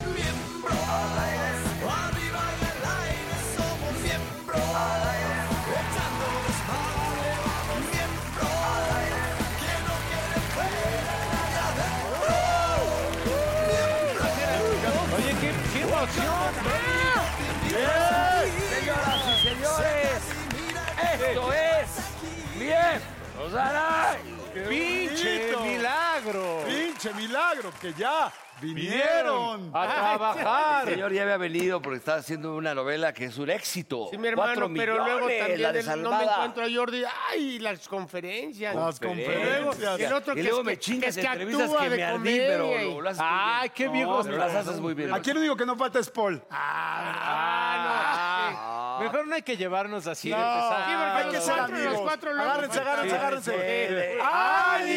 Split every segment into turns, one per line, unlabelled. Miembro al aire, arriba y al aire, somos miembro al aire, echando desmadre, miembro al aire, que no quiere ver nada. Miembro
Oye, qué, qué emoción. Señoras y señores, esto es Miembros al Aire. ¡Pinche
bonito!
milagro!
Pinche milagro que ya vinieron.
¡A
El
trabajar!
señor ya había venido porque está haciendo una novela que es un éxito.
Sí, mi hermano,
Cuatro
pero luego
millones,
también
la de
el- no me
Salvada.
encuentro a Jordi. Ay, las conferencias.
Las
Luego,
conferencias.
el otro
Y
que,
luego
es
me
que-
chingas
que es que
entrevistas
actúa
que
de
me ardí,
comedia
pero
y-
lo, lo haces muy
¡Ay,
bien.
qué viejos!
Pero las haces muy bien.
Aquí le digo que no falta es Paul.
Ah, no. Mejor no hay que llevarnos así de pesado.
Sí, porque
Hay que
los
ser
cuatro,
amigos.
los cuatro luego
Agárrense,
faltan.
agárrense, agárrense.
Sí.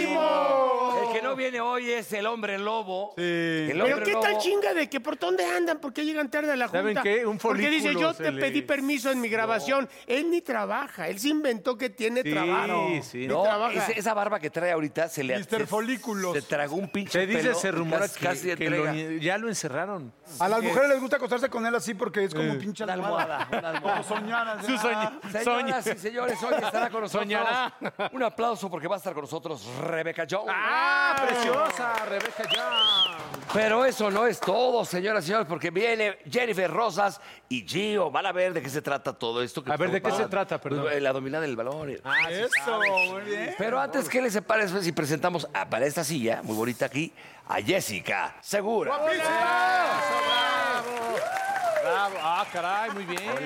¡Ánimo!
Eh, El que no viene hoy es el hombre lobo.
Sí.
El hombre
Pero qué
lobo.
tal chinga de que por dónde andan, por qué llegan tarde a la junta.
¿Saben qué? Un
Porque dice,
folículo
yo
se
te
le-
pedí permiso en mi grabación. Él ni trabaja, él se inventó que tiene
Sí,
trabajo.
sí,
Ni
no,
No,
trabaja.
ese- esa barba que trae ahorita se le
Mr.
se-
Folículos.
Se tragó un pinche
Se dice,
pelo
se
y
rumora
casi-
que,
casi
que lo
entrega.
ni- ya lo encerraron.
A las mujeres les gusta acostarse con él así porque es como un pinche
Una almohada,
almohada.
una almohada.
Como soñanas.
Su soñi-
Señoras
soñi-
y señores, hoy estará con nosotros.
Soñará.
Un aplauso porque va a estar con nosotros Rebeca Jones.
¡Ah, preciosa, Rebeca ya!
Pero eso no es todo, señoras y señores, porque viene Jennifer Rosas y Gio. Van a ver de qué se trata todo esto. que
A ver, ¿de qué
estamos
se trata, perdón? Ah.
Pues, eh, La dominada del balón.
Eso, muy bien.
Pero antes que les separe, si presentamos ah, para esta silla, muy bonita aquí, a Jessica Segura.
Bravo. Ah, caray, muy bien. Hola,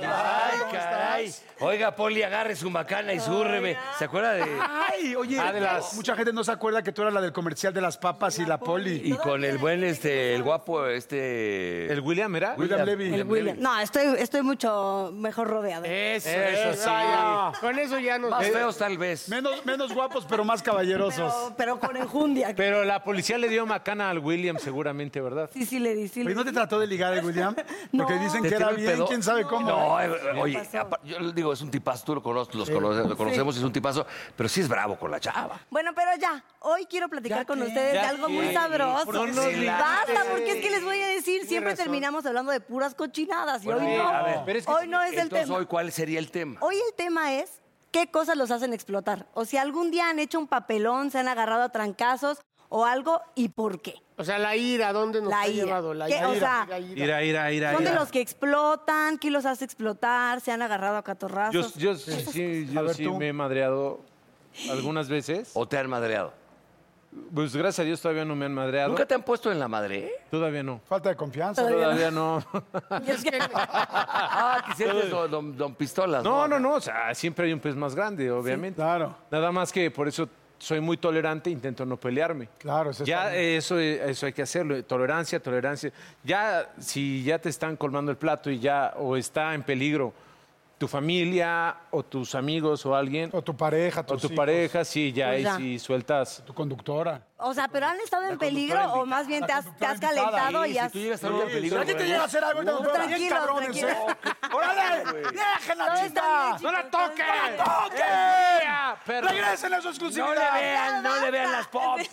ya.
Ay, caray. Oiga, Poli, agarre su macana y zúrreme. ¿Se acuerda de...?
Ay, oye,
Ah, de las-
mucha gente no se acuerda que tú eras la del comercial de las papas y la poli.
Y con el buen, este, el guapo, este...
El William era.
William Levy.
El William. No, estoy, estoy mucho mejor rodeado.
Eso,
Eso sí.
vaya. Con eso ya nos...
Más
Eh,
feos, tal vez.
Menos, menos guapos, pero más caballerosos.
Pero, pero con enjundia.
Pero la policía le dio macana al William, seguramente, ¿verdad?
Sí, sí, le di. sí le
¿Y no
di.
te trató de ligar el William?
No.
Porque dicen
¿Te
que
tiró
era
el
bien,
pedo?
quién sabe cómo.
No, eh, oye,
pasó.
apa- yo le digo, es un tipazo, tú lo conoces, los conoces, lo conocemos, es un tipazo, pero sí es bravo con la chava.
Bueno, pero ya, hoy quiero platicar con ustedes de
ya
algo
qué.
muy sabroso.
No nos digas.
Basta, porque es que les voy a decir, siempre terminamos hablando de puras cochinadas y
Bueno,
hoy no.
a ver,
pero es que
hoy no es el
Entonces,
tema.
hoy, ¿cuál sería el tema?
Hoy el tema es qué cosas los hacen explotar. O si algún día han hecho un papelón, se han agarrado a trancazos o algo y por qué.
O sea, la ira, ¿dónde nos
La
ha
ira.
llevado? La
¿Qué?
ira.
O sea,
la ira.
Ira, ira, ira.
Son de
ira.
los que explotan, quién los hace explotar, se han agarrado a
Yo,
catorrazos.
yo sí, sí, yo
A ver,
sí
tú.
me he madreado algunas veces.
¿O te han madreado?
Pues gracias a Dios todavía no me han madreado.
¿Nunca te han puesto en la madre? eh?
Todavía no.
Falta de confianza.
Todavía no.
Ah, quisiera que don, don, don Pistolas.
No, no, no. O sea, siempre hay un pez más grande, obviamente.
Claro,
Nada más que por eso soy muy tolerante, intento no pelearme.
claro. eso está
Ya
bien.
eh, eso, eh, eso hay que hacerlo, eh, tolerancia, tolerancia. Ya si ya te están colmando el plato y ya o está en peligro tu familia o tus amigos o alguien
O tu pareja,
o
tus
tu
hijos,
pareja, sí, ya
Pues
ahí
ya.
sí sueltas.
tu conductora.
O sea, pero han estado en peligro o más bien te has, te has
invitada.
calentado y
si
has...
tú llegas a un peligro.
¿Será que te
güey?
llega a hacer algo?
No, tranquilos, tranquilos.
¿eh? ¡Órale! ¡Dejen la
Todo está
chinga!
bien, chicos, todo está bien.
¡Toquen!
perro!
¡Regresen a su
No le
exclusividad!
vean, no le vean las pompas.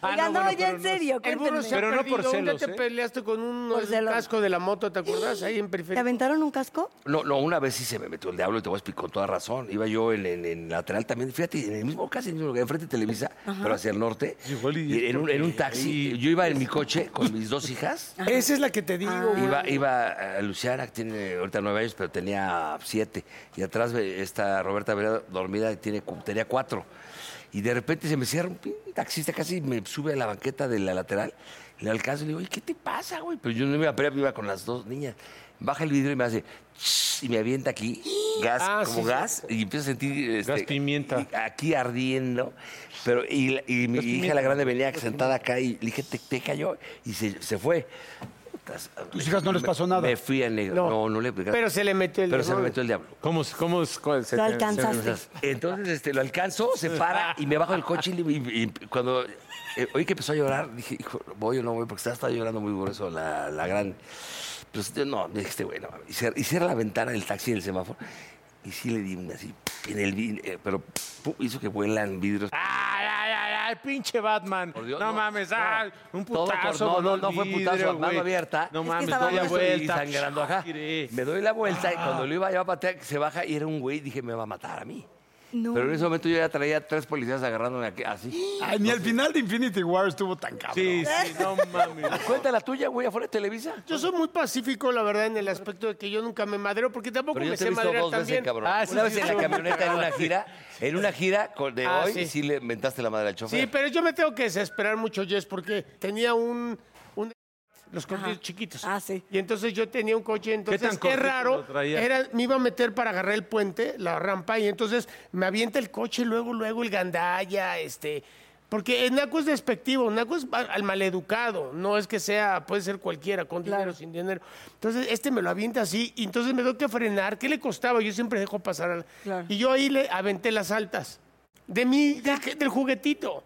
Ah,
Oigan, no,
bueno,
ya
pero
en
es-
serio,
El burro
cuéntenme.
se ha
Pero no por
perdido. Un día
celos,
te
¿eh?
peleaste con un
Por
el
celos.
casco de la moto, ¿te acuerdas? Ahí en
¿Te
periférico.
aventaron un casco?
No, no, una vez sí se me metió el diablo y te voy a explicar con toda razón. Iba yo en, en- en lateral también, fíjate, en el mismo, casi en el mismo lugar, enfrente de Televisa, pero hacia el norte.
Igual y
en, un, en un taxi. Yo iba en mi coche con mis dos hijas.
Esa es la que te
Ah.
digo,
Ah.
güey.
Iba, iba eh, Luciana, que tiene ahorita nueve años, pero tenía siete. Y atrás eh, está Roberta Vera dormida, y tiene, cu- tenía cuatro. Y de repente se me cierra un pin- taxista, casi me sube a la banqueta de la lateral. Le alcanzo y le digo, "Oye, ¿qué te pasa, güey? Pero yo no me iba a pelear, iba con las dos niñas. Baja el vidrio y me hace... "Shh", Y me avienta aquí gas,
Ah,
como
sí,
gas, y empiezo a sentir... este,
Gas pimienta.
y- Aquí ardiendo. Pero, y, la- y mi
Gas
hija,
pimienta.
la grande, venía sentada acá y le dije, te, te cayó. Y se, se fue.
¿Tus hijas no les pasó nada?
Me fui al negro.
No,
No, no, le
pero se le metió el
Pero se me
diablo.
metió el diablo.
¿Cómo, se- cómo, se- cuál- se
Lo
te-
alcanzaste.
se-
Entonces este, lo alcanzo, se para y me bajo del coche y, le- y- y cuando eh, oí que empezó a llorar, dije, hijo, voy o no voy, porque estaba, estaba llorando muy grueso la, la gran. Pero yo, no, me dijiste, bueno, y cer- y cierra la ventana del taxi en el semáforo. Y sí le di una así, en el vi- eh, pero pum, hizo que vuelan vidrios.
Ay, ay, ay, ay, pinche Batman.
Por Dios,
no,
no.
mames, ay, un
Todo por-
putazo.
no, no,
voló
no
al
fue
vidrio,
putazo, a mano
güey.
abierta.
No
Es que
mames,
estaba Ah.
doy la
grueso
Y
vuelta.
sangrando, ajá.
Mire.
Me doy la vuelta y cuando lo iba a llevar para atrás, se baja y era un güey, dije, me va a matar a mí.
No.
Pero en ese momento yo ya traía tres policías agarrándome aquí, así.
Ah.
Ay, ni al final de Infinity War estuvo tan cabrón.
Sí,
Eh,
sí, no mames.
Cuenta la tuya, güey, afuera de Televisa.
Yo soy muy pacífico, la verdad, en el aspecto de que yo nunca me madreo, porque tampoco
Pero yo
me
te he
sé
visto
madrear
dos veces,
también.
cabrón.
Ah, sí,
una
sí,
vez en
sí.
la camioneta, en una gira, en una gira con- de
Ah,
hoy,
sí.
sí. le mentaste la madre al chofer.
Sí, pero yo me tengo que desesperar mucho, Jess, porque tenía un... un- los cortes
Ajá.
chiquitos.
Ah, sí.
Y entonces yo tenía un coche,
tan
entonces es
cortito lo
raro.
traía?
Era, me iba a meter para agarrar el puente, la rampa, y entonces me avienta el coche, luego, luego el gandalla, este. Porque el naco es despectivo, naco es al al maleducado, no es que sea, puede ser cualquiera, con dinero, sin dinero. Entonces, este me lo avienta así, y entonces me tengo que frenar. ¿Qué le costaba? Yo siempre dejo pasar. al-
Claro.
Y yo ahí le aventé las altas. De mí, del, del juguetito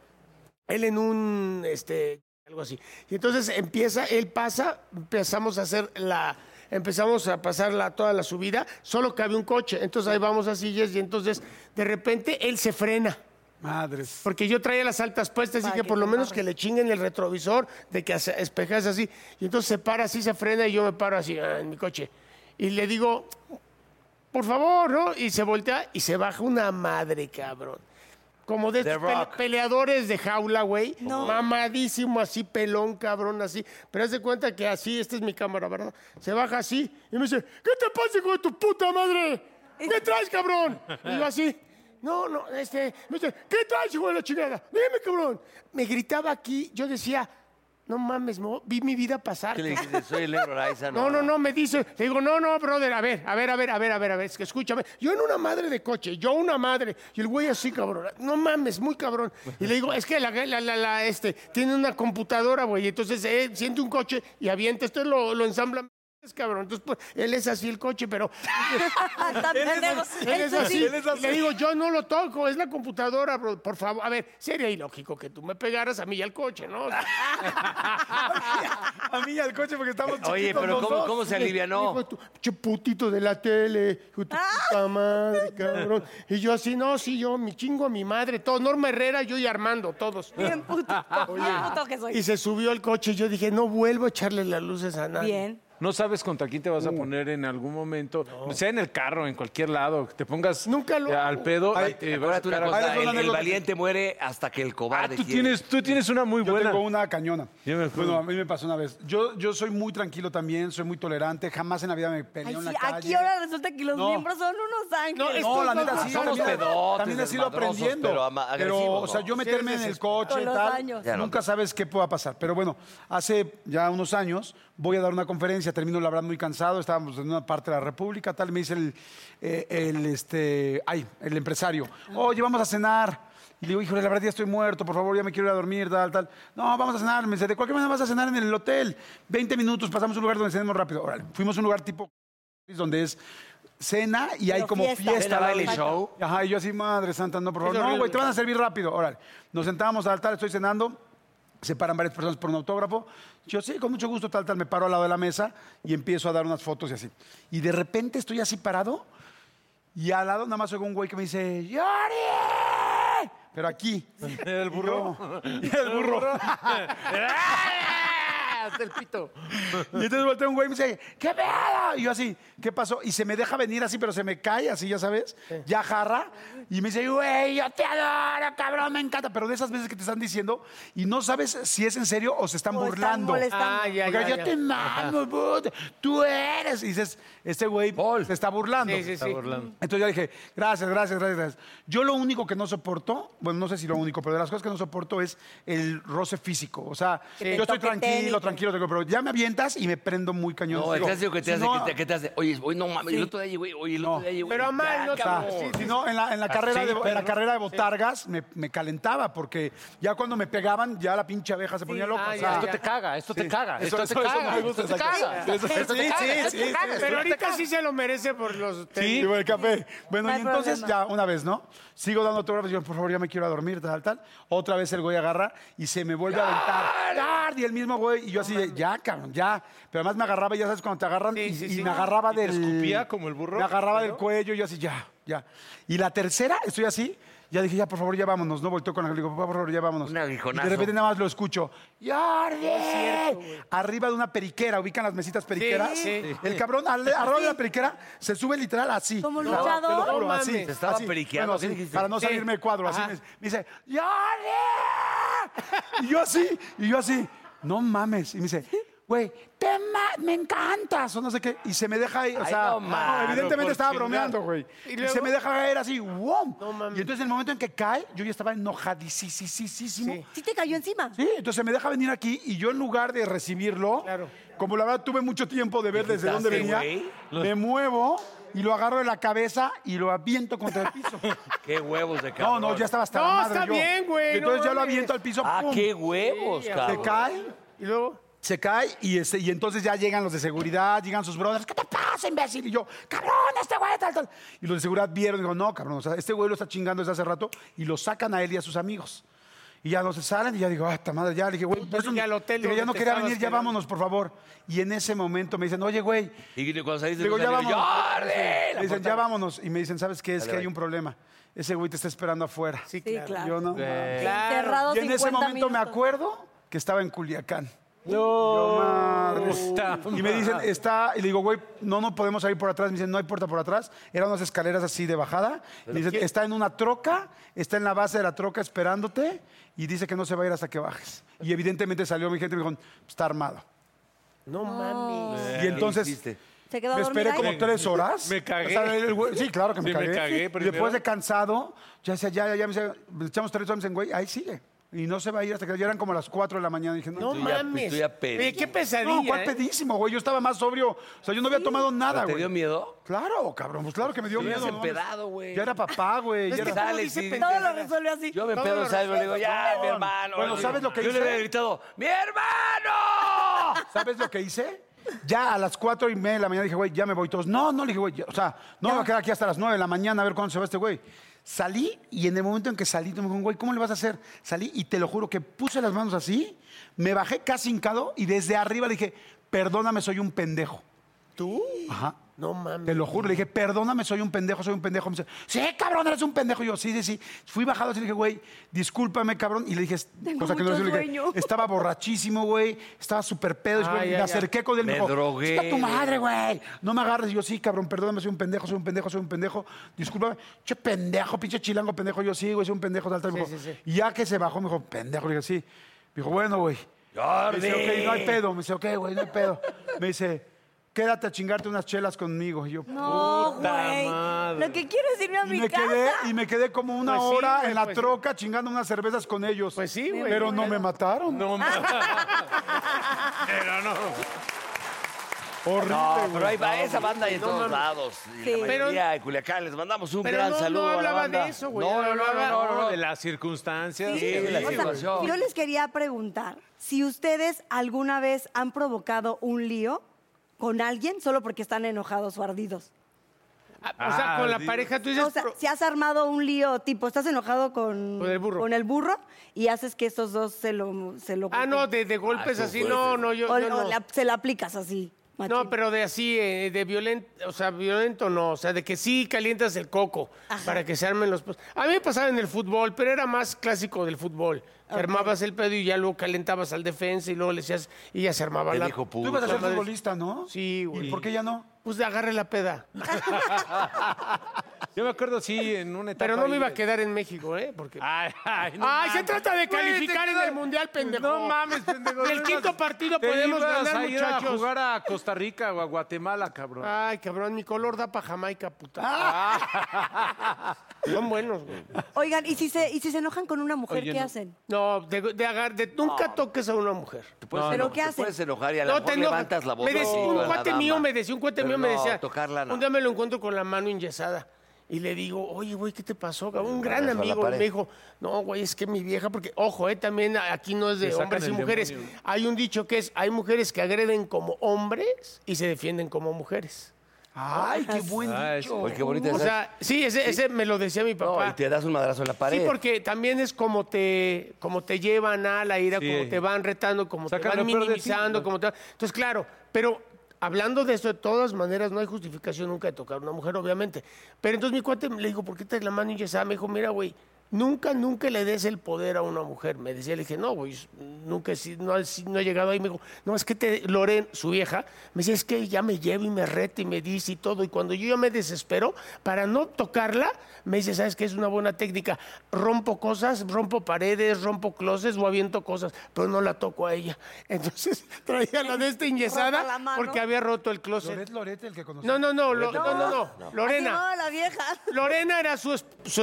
él en un, este, algo así. Y entonces empieza, él pasa, empezamos a hacer la, empezamos a pasar la, toda la subida, solo cabe un coche. Entonces ahí vamos así, Jess, y entonces de repente él se frena.
Madres.
Porque yo traía las altas puestas y
Para
que
que
por lo
te
menos
barras.
que le chinguen el retrovisor de que hace- espejas así. Y entonces se para así, se frena y yo me paro así ah, en mi coche. Y le digo, por favor, ¿no? Y se voltea y se baja una madre, cabrón. Como de
The
estos pele-
Rock.
peleadores de jaula, güey.
No.
Mamadísimo, así, pelón, cabrón, así. Pero haz de cuenta que así, esta es mi cámara, ¿verdad? Se baja así y me dice, ¿qué te pasa, hijo de tu puta madre? ¿Qué traes, cabrón? Y yo así, no, no, este, me dice, ¿qué traes, hijo de la chingada? Dime, cabrón. Me gritaba aquí, yo decía, no mames, mo- vi mi vida pasar.
¿Qué le dijiste? Soy el negro Araiza,
No, no, no, me dice. Le digo, no, no, brother, a ver, a ver, a ver, a ver, a ver, a ver, es que escúchame. Yo en una madre de coche, yo una madre. Y el güey así, cabrón. No mames, muy cabrón. Y le digo, es que la, la, la, la, este, tiene una computadora, güey. Entonces, eh, siente un coche y avienta. Esto lo, lo ensamblan, cabrón. Entonces, pues, él es así el coche, pero
Ah, está pendejo.
él es
Eso
así.
sí.
Le digo, yo no lo toco, es la computadora, bro. Por favor, a ver, sería ilógico que tú me pegaras a mí y al coche, ¿no?
A mí y al coche porque estamos chiquitos
Oye, pero
los
¿cómo,
dos.
cómo se
Hijo de
alivianó?
tu- che putito de la tele, hijo de tu
Ah.
puta madre, cabrón. Y yo así, no, sí, yo, mi chingo a mi madre, todo, Norma Herrera, yo y Armando, todos.
Bien puto. Bien puto que soy.
Y se subió al coche y yo dije, no vuelvo a echarle las luces a nadie.
Bien.
No sabes contra quién te vas a
Uh.
poner en algún momento, sea en el carro, en cualquier lado, que te pongas
Nunca lo
al
hago.
pedo.
Ay,
te vas a Ah,
Acuérdate una
sacar a-
Ahí les
cosa,
va
el,
una
el
anécdota.
valiente muere hasta que el
Ah,
cobarde
tú
quiere.
tienes, tú tienes una muy
Yo
buena.
tengo una cañona.
Yo me acuerdo.
Bueno, a mí me pasó una vez. Yo, yo soy muy tranquilo también, soy muy tolerante. Jamás en la vida me peleé
Ay,
en
sí,
la calle.
aquí ahora resulta que los
No.
miembros son unos
No,
ángeles.
es-
No, la
Estos
neta
dos
sí.
somos
también-
pedotes,
También he sido
desmadrosos,
aprendiendo.
pero ama-
Pero, o
agresivos,
sea,
¿no?
yo meterme en el coche
Con los
tal,
años.
Ya no,
nunca
pero-
sabes qué pueda pasar. Pero bueno, hace ya unos años voy a dar una conferencia, termino la verdad muy cansado, estábamos en una parte de la República, tal, me dice el, eh, el, este, ay, el empresario, oye, vamos a cenar. Y le digo, híjole, la verdad ya estoy muerto, por favor, ya me quiero ir a dormir, tal, tal. No, vamos a cenar. Me dice, de cualquier manera vas a cenar en el hotel. 20 minutos, pasamos a un lugar donde cenemos rápido. Órale, fuimos a un lugar tipo donde es cena y hay
Pero
como
fiesta.
fiesta.
Cena,
dale.
baile, show.
Ajá, y yo así, madre santa, no, por favor.
Es
No,
horrible.
güey, te van a servir rápido. Órale. Nos sentamos al altar, estoy cenando. Se paran varias personas por un autógrafo. Yo, sí, con mucho gusto, tal, tal. Me paro al lado de la mesa y empiezo a dar unas fotos y así. Y de repente estoy así parado y al lado nada más oigo un güey que me dice, ¡Yori! Pero aquí.
El burro.
Y el burro.
Hasta el pito.
Y entonces voltea un güey y me dice, ¿qué pedo? Y yo así, ¿qué pasó? Y se me deja venir así, pero se me cae así, ya sabes, ya jarra. Y me dice, güey, yo te adoro, cabrón, me encanta. Pero de esas veces que te están diciendo y no sabes si es en serio o se están
O están
burlando.
molestando.
Ah, ya,
Porque
ya,
yo
ya.
te mamo, but, tú eres. Y dices, este güey se está burlando.
Sí, sí, sí.
Entonces yo dije, gracias, gracias, gracias, gracias. Yo lo único que no soporto, bueno, no sé si lo único, pero de las cosas que no soporto es el roce físico. O sea,
te
yo estoy tranquilo,
toquen técnico.
tranquilo, tranquilo, pero ya me avientas y me prendo muy cañón.
No, el
Digo,
clásico que te
si
hace,
no-
que te, que te hace, oye, hoy no mames, el otro día güey, oye, el otro
No.
día güey.
Pero a mal,
ya,
no te-
Ah,
cabrón.
Sí,
si no, en la, en la carrera de, en la carrera de botargas me, me calentaba porque ya cuando me pegaban ya la pinche abeja se ponía loca.
ah,
o sea,
ya,
esto
ya.
te
caga, esto te caga,
Eso- eso- eso no me gusta, exacto. Eso- sí, sí, sí, sí, sí.
Pero ahorita sí se lo merece por los
Sí,
tenis.
el café. Bueno,
No hay
y entonces
problema.
ya una vez, ¿no? Sigo dando autógrafos, yo, por favor, ya me quiero ir a dormir, tal, tal. Otra vez el güey agarra y se me vuelve a aventar. ¡Gar! Y el mismo güey, y yo así, de, ya, cabrón, ya. Pero además me agarraba, ya sabes, cuando te agarran, y, y me agarraba
¿Y te
del...
escupía como el burro?
Me agarraba del
¿Pero?
cuello, y yo así, ya, ya. Y la tercera, estoy así, ya dije, ya, por favor, ya vámonos, ¿no? Volteo con la le digo, papá, por favor, ya vámonos.
Un
y
aguijonazo.
de repente nada más lo escucho, ¡Jordi! Arriba de una periquera, ubican las mesitas periqueras.
sí.
El cabrón, al- arriba de la periquera, se sube literal así.
Como
O sea,
luchador.
te lo juro,
No
así,
mames.
Te estaba
así.
periqueando,
Bueno,
¿qué
así,
dijiste?
para no
Sí.
salirme de cuadro, así
Ajá.
me, me dice, ¡Jordi! Y yo así, y yo así, no mames. Y me dice, güey, te ma- me encantas, o no sé qué. Y se me deja ahí, o
Ay,
sea,
no, mano,
evidentemente
por
estaba
chingar.
bromeando, güey.
¿Y
¿Y,
luego?
se me deja caer así, wow.
mames.
y entonces en el momento en que cae, yo ya estaba enojadísimo.
Sí.
Sí te cayó encima.
Sí, entonces me deja venir aquí y yo en lugar de recibirlo,
Claro.
como la verdad tuve mucho tiempo de ver desde dónde venía,
güey?
me muevo y lo agarro de la cabeza y lo aviento contra el piso.
Qué huevos de cabrón.
no, no, ya estaba hasta la
No,
madre
está
yo.
bien, güey,
Y Entonces
no
ya lo
mames.
aviento al piso,
Ah,
¡pum!
qué huevos,
se
cabrón.
cae,
Y luego,
se cae y, este, y entonces ya llegan los de seguridad, llegan sus brothers, ¿qué te pasa, imbécil? Y yo, cabrón, este güey, tal, tal. Y los de seguridad vieron y digo, no, cabrón, o sea, este güey lo está chingando desde hace rato y lo sacan a él y a sus amigos. Y ya no se salen y ya digo, ah, esta madre, ya. Le dije, güey,
Pues
Puta,
eso
dije
no-
al hotel
digo,
donde
ya no
te
quería
estabas
venir, ya
quedando".
vámonos, por favor. Y en ese momento me dicen, oye, güey,
Y cuando saliste,
Digo,
no
ya
salió,
vámonos.
¡Jordi!
me
La
dicen, ya
portada.
vámonos. Y me dicen, ¿sabes qué? Es
Dale,
que hay
bye.
un problema. Ese güey te está esperando afuera.
sí,
Sí,
claro.
claro.
Yo no.
Encerrado
Y en ese
50
momento me
minutos.
acuerdo que estaba en Culiacán. No, Y me dicen, está, y le digo, güey, no, no podemos salir por atrás. Me dicen, no hay puerta por atrás. Eran unas escaleras así de bajada. Y me dicen, está en una troca, está en la base de la troca esperándote y dice que no se va a ir hasta que bajes. Y evidentemente salió mi gente y me dijo, está armado.
No mames.
Y
¿Qué
entonces
hiciste?
Se quedó
me
dormida
esperé
ahí.
como tres horas.
Me cagué.
el güey- sí, claro que me
Sí, me
cagué.
cagué
y
primero.
después de cansado, ya decía, ya, ya, ya, me decía, "Pues echamos tres horas en güey, ahí sigue. Y no se va a ir hasta que ya eran como las cuatro de la mañana. Dije,
No
no, pues
Estoy ya-
mames.
estoy ya pedo.
Oye, qué pesadilla.
no, cuál
¿eh?
pedísimo, güey. Yo estaba más sobrio. O sea, yo no había tomado nada,
¿Te
güey.
dio miedo?
Claro, cabrón. Pues claro que me dio
Sí,
miedo.
ese
no mames.
pedado, güey.
Ya era papá, güey.
Es
ya
que
era-
todo
Dale,
dice
sí.
Todo
pendejadas.
lo resuelve así.
Yo me
Todo
pedo,
lo
¿sabes? Le digo, ya,
cabrón.
mi hermano.
Bueno,
Le
¿sabes
digo,
lo que
Yo le
hice?
hubiera gritado, ¡mi hermano!
¿Sabes lo que hice? Ya a las cuatro y media de la mañana dije, güey, ya me voy todos. No, no, le dije, güey, ya- o sea, no me voy a quedar aquí hasta las nueve de la mañana a ver cuándo se va este güey. Salí y en el momento en que salí, me dijeron, güey, ¿cómo le vas a hacer? Salí y te lo juro que puse las manos así, me bajé casi hincado y desde arriba le dije, perdóname, soy un pendejo.
¿Tú?
Ajá.
No mames.
Te lo juro, le dije, perdóname, soy un pendejo, soy un pendejo. Me dice, sí, cabrón, eres un pendejo. Y yo, sí, sí, sí. Fui bajado así, le dije, güey, discúlpame, cabrón. Y le dije,
Tengo
cosa que no
mucho
le dije,
sueño.
estaba borrachísimo, güey, estaba súper pedo.
Ay,
y
ay,
me
ay.
acerqué con él,
Me
dijo,
drogué.
"Chica tu madre, güey, no me agarres. Y yo, sí, cabrón, perdóname, soy un pendejo, soy un pendejo, soy un pendejo. Discúlpame, che, pendejo, pinche chilango, pendejo. Yo, sí, güey, soy un pendejo, tal, tal. Me
Sí,
dijo,
sí, sí.
Y ya que se bajó, me dijo, pendejo, le dije, sí. Me dijo, bueno, güey. Me
¡Jordi!
dice, ok, no hay pedo. Me dice, ok, güey, no hay pedo. Me dice, quédate a chingarte unas chelas conmigo. Y yo,
No, güey. Lo que quiero es irme a
y
mi
me,
casa.
quedé, y me quedé como una
Pues sí,
hora
güey,
en la
pues sí.
troca chingando unas cervezas con ellos.
Pues sí, güey.
Pero no me mataron.
No, ma- Pero no.
Horrible,
No, pero
güey.
ahí va esa banda de todos lados. Y
Sí.
La mayoría de Culiacán. Les mandamos un
Pero
gran
no- no
saludo a la
hablaba de
banda.
eso, güey.
No, no, no, no, no, no, no.
de las circunstancias.
Sí, la
O sea,
situación.
yo les quería preguntar si ustedes alguna vez han provocado un lío con alguien solo porque están enojados o ardidos.
Ah, O sea, con la
Ah,
pareja tú dices.
O sea,
pro-
si has armado un lío, tipo, estás enojado con,
Con el burro.
con el burro y haces que estos dos se lo... Se lo
Ah, no, de, de golpes
Ah,
así.
eso fue-
No, no, yo,
o,
yo no.
o la- se la aplicas así. machín.
No, pero de así, eh, de violento, o sea, violento no, o sea, de que sí calientas el coco para que se armen los... pos- A mí me pasaba en el fútbol, pero era más clásico del fútbol. Te Armabas el pedo y ya luego calentabas al defensa y luego le decías, y ya se armaba
El
la...
hijo
Tú
puto.
ibas a ser
madre.
futbolista, ¿no?
Sí, güey.
¿Y por qué ya no?
Pues agarre la peda.
Yo me acuerdo, sí, en una etapa.
Pero no me
ahí
iba a
de-
quedar en México, ¿eh? Porque...
Ay, ay, no
Ay, se
mames.
trata de
Güey, te
calificar en
quedas-
el Mundial, pendejo.
No mames, pendejo.
Del
no
quinto
ibas-
partido
te
podemos
ibas
ganar,
a ir
muchachos. Ah.
a jugar a Costa Rica o a Guatemala, cabrón.
Ay, cabrón, mi color da para Jamaica, puta.
Ah,
Son buenos, güey.
Oigan, ¿y si, se, ¿y si se enojan con una mujer,
Oye,
qué
no.
hacen?
No, de, de agar- de- nunca toques a una mujer.
Te puedes,
No,
eno-
no. ¿Pero qué
te
hacen?
puedes enojar y a lo
No,
mejor
te enojas.
levantas la voz.
Me decía-
a
un
la
cuate
dama.
mío me decía, un cuate
Pero
mío me
no,
decía,
tocarla no.
un día me lo encuentro con la mano enyesada y le digo, oye, güey, ¿qué te pasó? cabrón?" Un gran
Abrazo a la
amigo y
pared.
me dijo, no, güey, es que mi vieja, porque, ojo, eh, también aquí no es
Le
de
sacan
hombres y
el
mujeres.
demonio.
Hay un dicho que es, hay mujeres que agreden como hombres y se defienden como mujeres.
Ay,
Ah,
qué buen
Ay,
dicho.
Oye, qué bonita
O
esa-
sea, sí, ese, ese me lo decía mi
No,
papá.
y te das un madrazo en la pared.
Sí, porque también es como te, como te llevan a la ira,
Sí.
como te van retando, como
Sacan
te
lo
van
peor de ti,
minimizando,
¿no?
como te Entonces, claro, pero hablando de eso, de todas maneras, no hay justificación nunca de tocar a una mujer, obviamente. Pero entonces mi cuate le dijo, ¿por qué te la mano enyesada? Me dijo, mira, güey, nunca, nunca le des el poder a una mujer. Me decía, le dije, no, güey, nunca, he sido- no, he sido- no he llegado ahí. Me dijo, no, es que te, Loren, su vieja, me decía, es que ya me lleva y me reta y me dice y todo. Y cuando yo ya me desespero, para no tocarla, me dice, ¿sabes qué? Es una buena técnica. Rompo cosas, rompo paredes, rompo closets o aviento cosas, pero no la toco a ella. Entonces traía la de esta
Rota la
inyesada
mano.
porque había roto el
Loret
closet.
Lorete, el que conocí.
No, no, no, lo- no, no, no. Lorena.
No, la vieja.
Lorena era su, es- su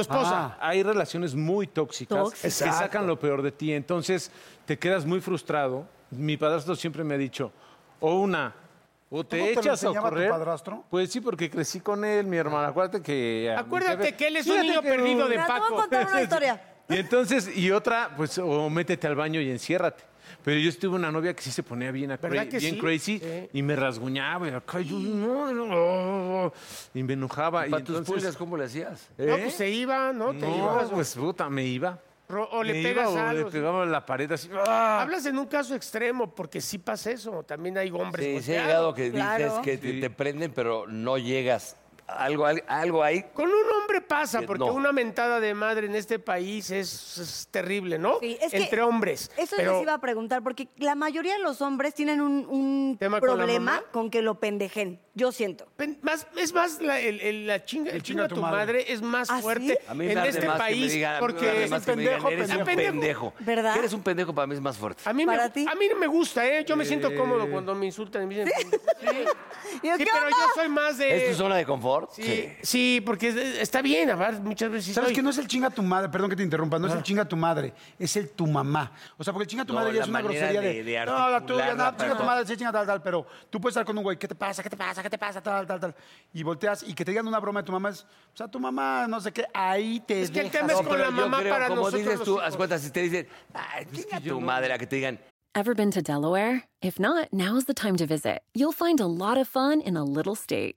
Ah,
esposa.
hay relaciones muy tóxicas
Tóxicas.
que sacan lo peor de ti. Entonces te quedas muy frustrado. Mi padrastro siempre me ha dicho, o una, o te
no te lo
echas a
enseñaba tu
correr.
padrastro?
Pues sí, porque crecí con él, mi hermana. Acuérdate que... a mi
Acuérdate
jefe-
que él es un
Fíjate
niño
que-
perdido de
Mira, te voy a
Paco.
contar una historia.
Y entonces, y otra, pues, o métete al baño y enciérrate. Pero yo estuve una novia que sí se ponía bien, a
¿Verdad
cra-
que
bien
sí?
crazy
Sí.
y me rasguñaba y acá yo, no, no, no, y me enojaba. Y,
¿Para tus
entonces,
pulgas cómo le hacías?
No,
¿eh?
pues se iba, ¿no? Te
No,
ibas, güey.
pues puta, me iba.
Ro- o le
Me
pegas
iba, o
algo,
le
sí.
pegaba a la pared así. ¡ah!
Hablas en un caso extremo, porque sí pasa eso. También hay hombres.
Sí, se ha
volteados.
llegado que
Claro.
dices que te, te prenden, pero no llegas. Algo, al- algo ahí.
Con un hombre pasa,
Eh,
porque
no.
una mentada de madre en este país es, es terrible, ¿no?
Sí, es que
Entre hombres.
Eso
pero
les iba a preguntar, porque la mayoría de los hombres tienen un, un
¿Tema con la
problema
mamá?
con, que lo pendejen. Yo siento.
pen- más, es más la, el, el- la chinga, el chinga a tu madre. es más
¿Ah, sí?
fuerte
A mí me
en
arde
este
más que me
país,
digan- a mí me arde
porque
más que me digan, eres un pendejo.
¿Verdad?
Que Eres un pendejo para mí es más fuerte.
A mí, me,
¿Para ti?
a mí no me gusta, ¿eh? Yo me siento cómodo cuando me insultan y me dicen. pendejo. Sí,
Y yo,
Sí,
¿qué
pero
onda?
yo soy más de.
¿Es tu zona de confort?
Sí, sí, porque es- está bien, a ver, muchas veces. Ah. sí
¿Sabes
soy.
que no es el chinga tu madre? Perdón que te interrumpa, no es el chinga tu madre, es el tu mamá. O sea, porque el chinga tu
No,
madre ya
la
es una
manera
grosería de.
de- de
no, la tuya,
articular la
no, chinga tu
persona.
madre, sí, chinga tal, tal, pero tú puedes estar con un güey, ¿qué te pasa? ¿Qué te pasa? ¿Qué te pasa? Tal, tal, tal. Y volteas y que te digan una broma de tu mamá es, o sea, tu mamá, no sé qué, ahí te.
Es que el
dejas.
tema es
No,
con la
Yo
mamá
creo,
para
como
nosotros.
dices
los
tú,
hijos.
haz cuenta, si te dicen, ay, chinga tu madre, a que te digan,
Ever been to Delaware? If not, now's the time to visit. You'll find a lot of fun in a little state.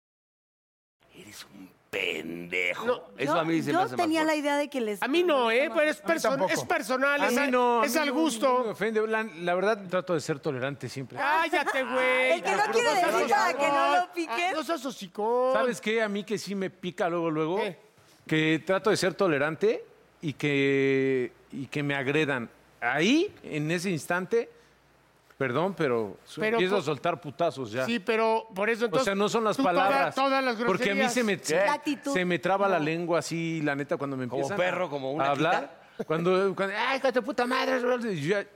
eres un pendejo.
No,
Eso
Yo-
a mí se
yo
me hace más
tenía la
fuerte.
idea de que les.
"Pues, A mí no, ¿eh? Pero es, perso-
tampoco.
es personal,
A
es,
mí
a-
no, a
es
mí
al
no, no me
gusto.
ofende. La, la verdad, trato de ser tolerante siempre.
Cállate, güey.
El que no quiere
seas
decir para
hocicón.
que no lo piques.
Ah, No seas hocicón.
¿Sabes qué? A mí que sí me pica luego, luego,
¿Qué?
que trato de ser tolerante y que, y que me agredan. Ahí, en ese instante, Perdón, pero, su-
Pero
empiezo a
por-
soltar putazos ya.
Sí, pero por eso entonces.
o sea, no son las
tú toda-
palabras.
Todas las groserías.
Porque a mí se me,
¿Qué? La actitud.
se me traba la lengua así, la neta, cuando me
Como
empiezan a-
perro, como una
a hablar. Cuando, cuando, ay, hijo de tu puta madre. y yo ya,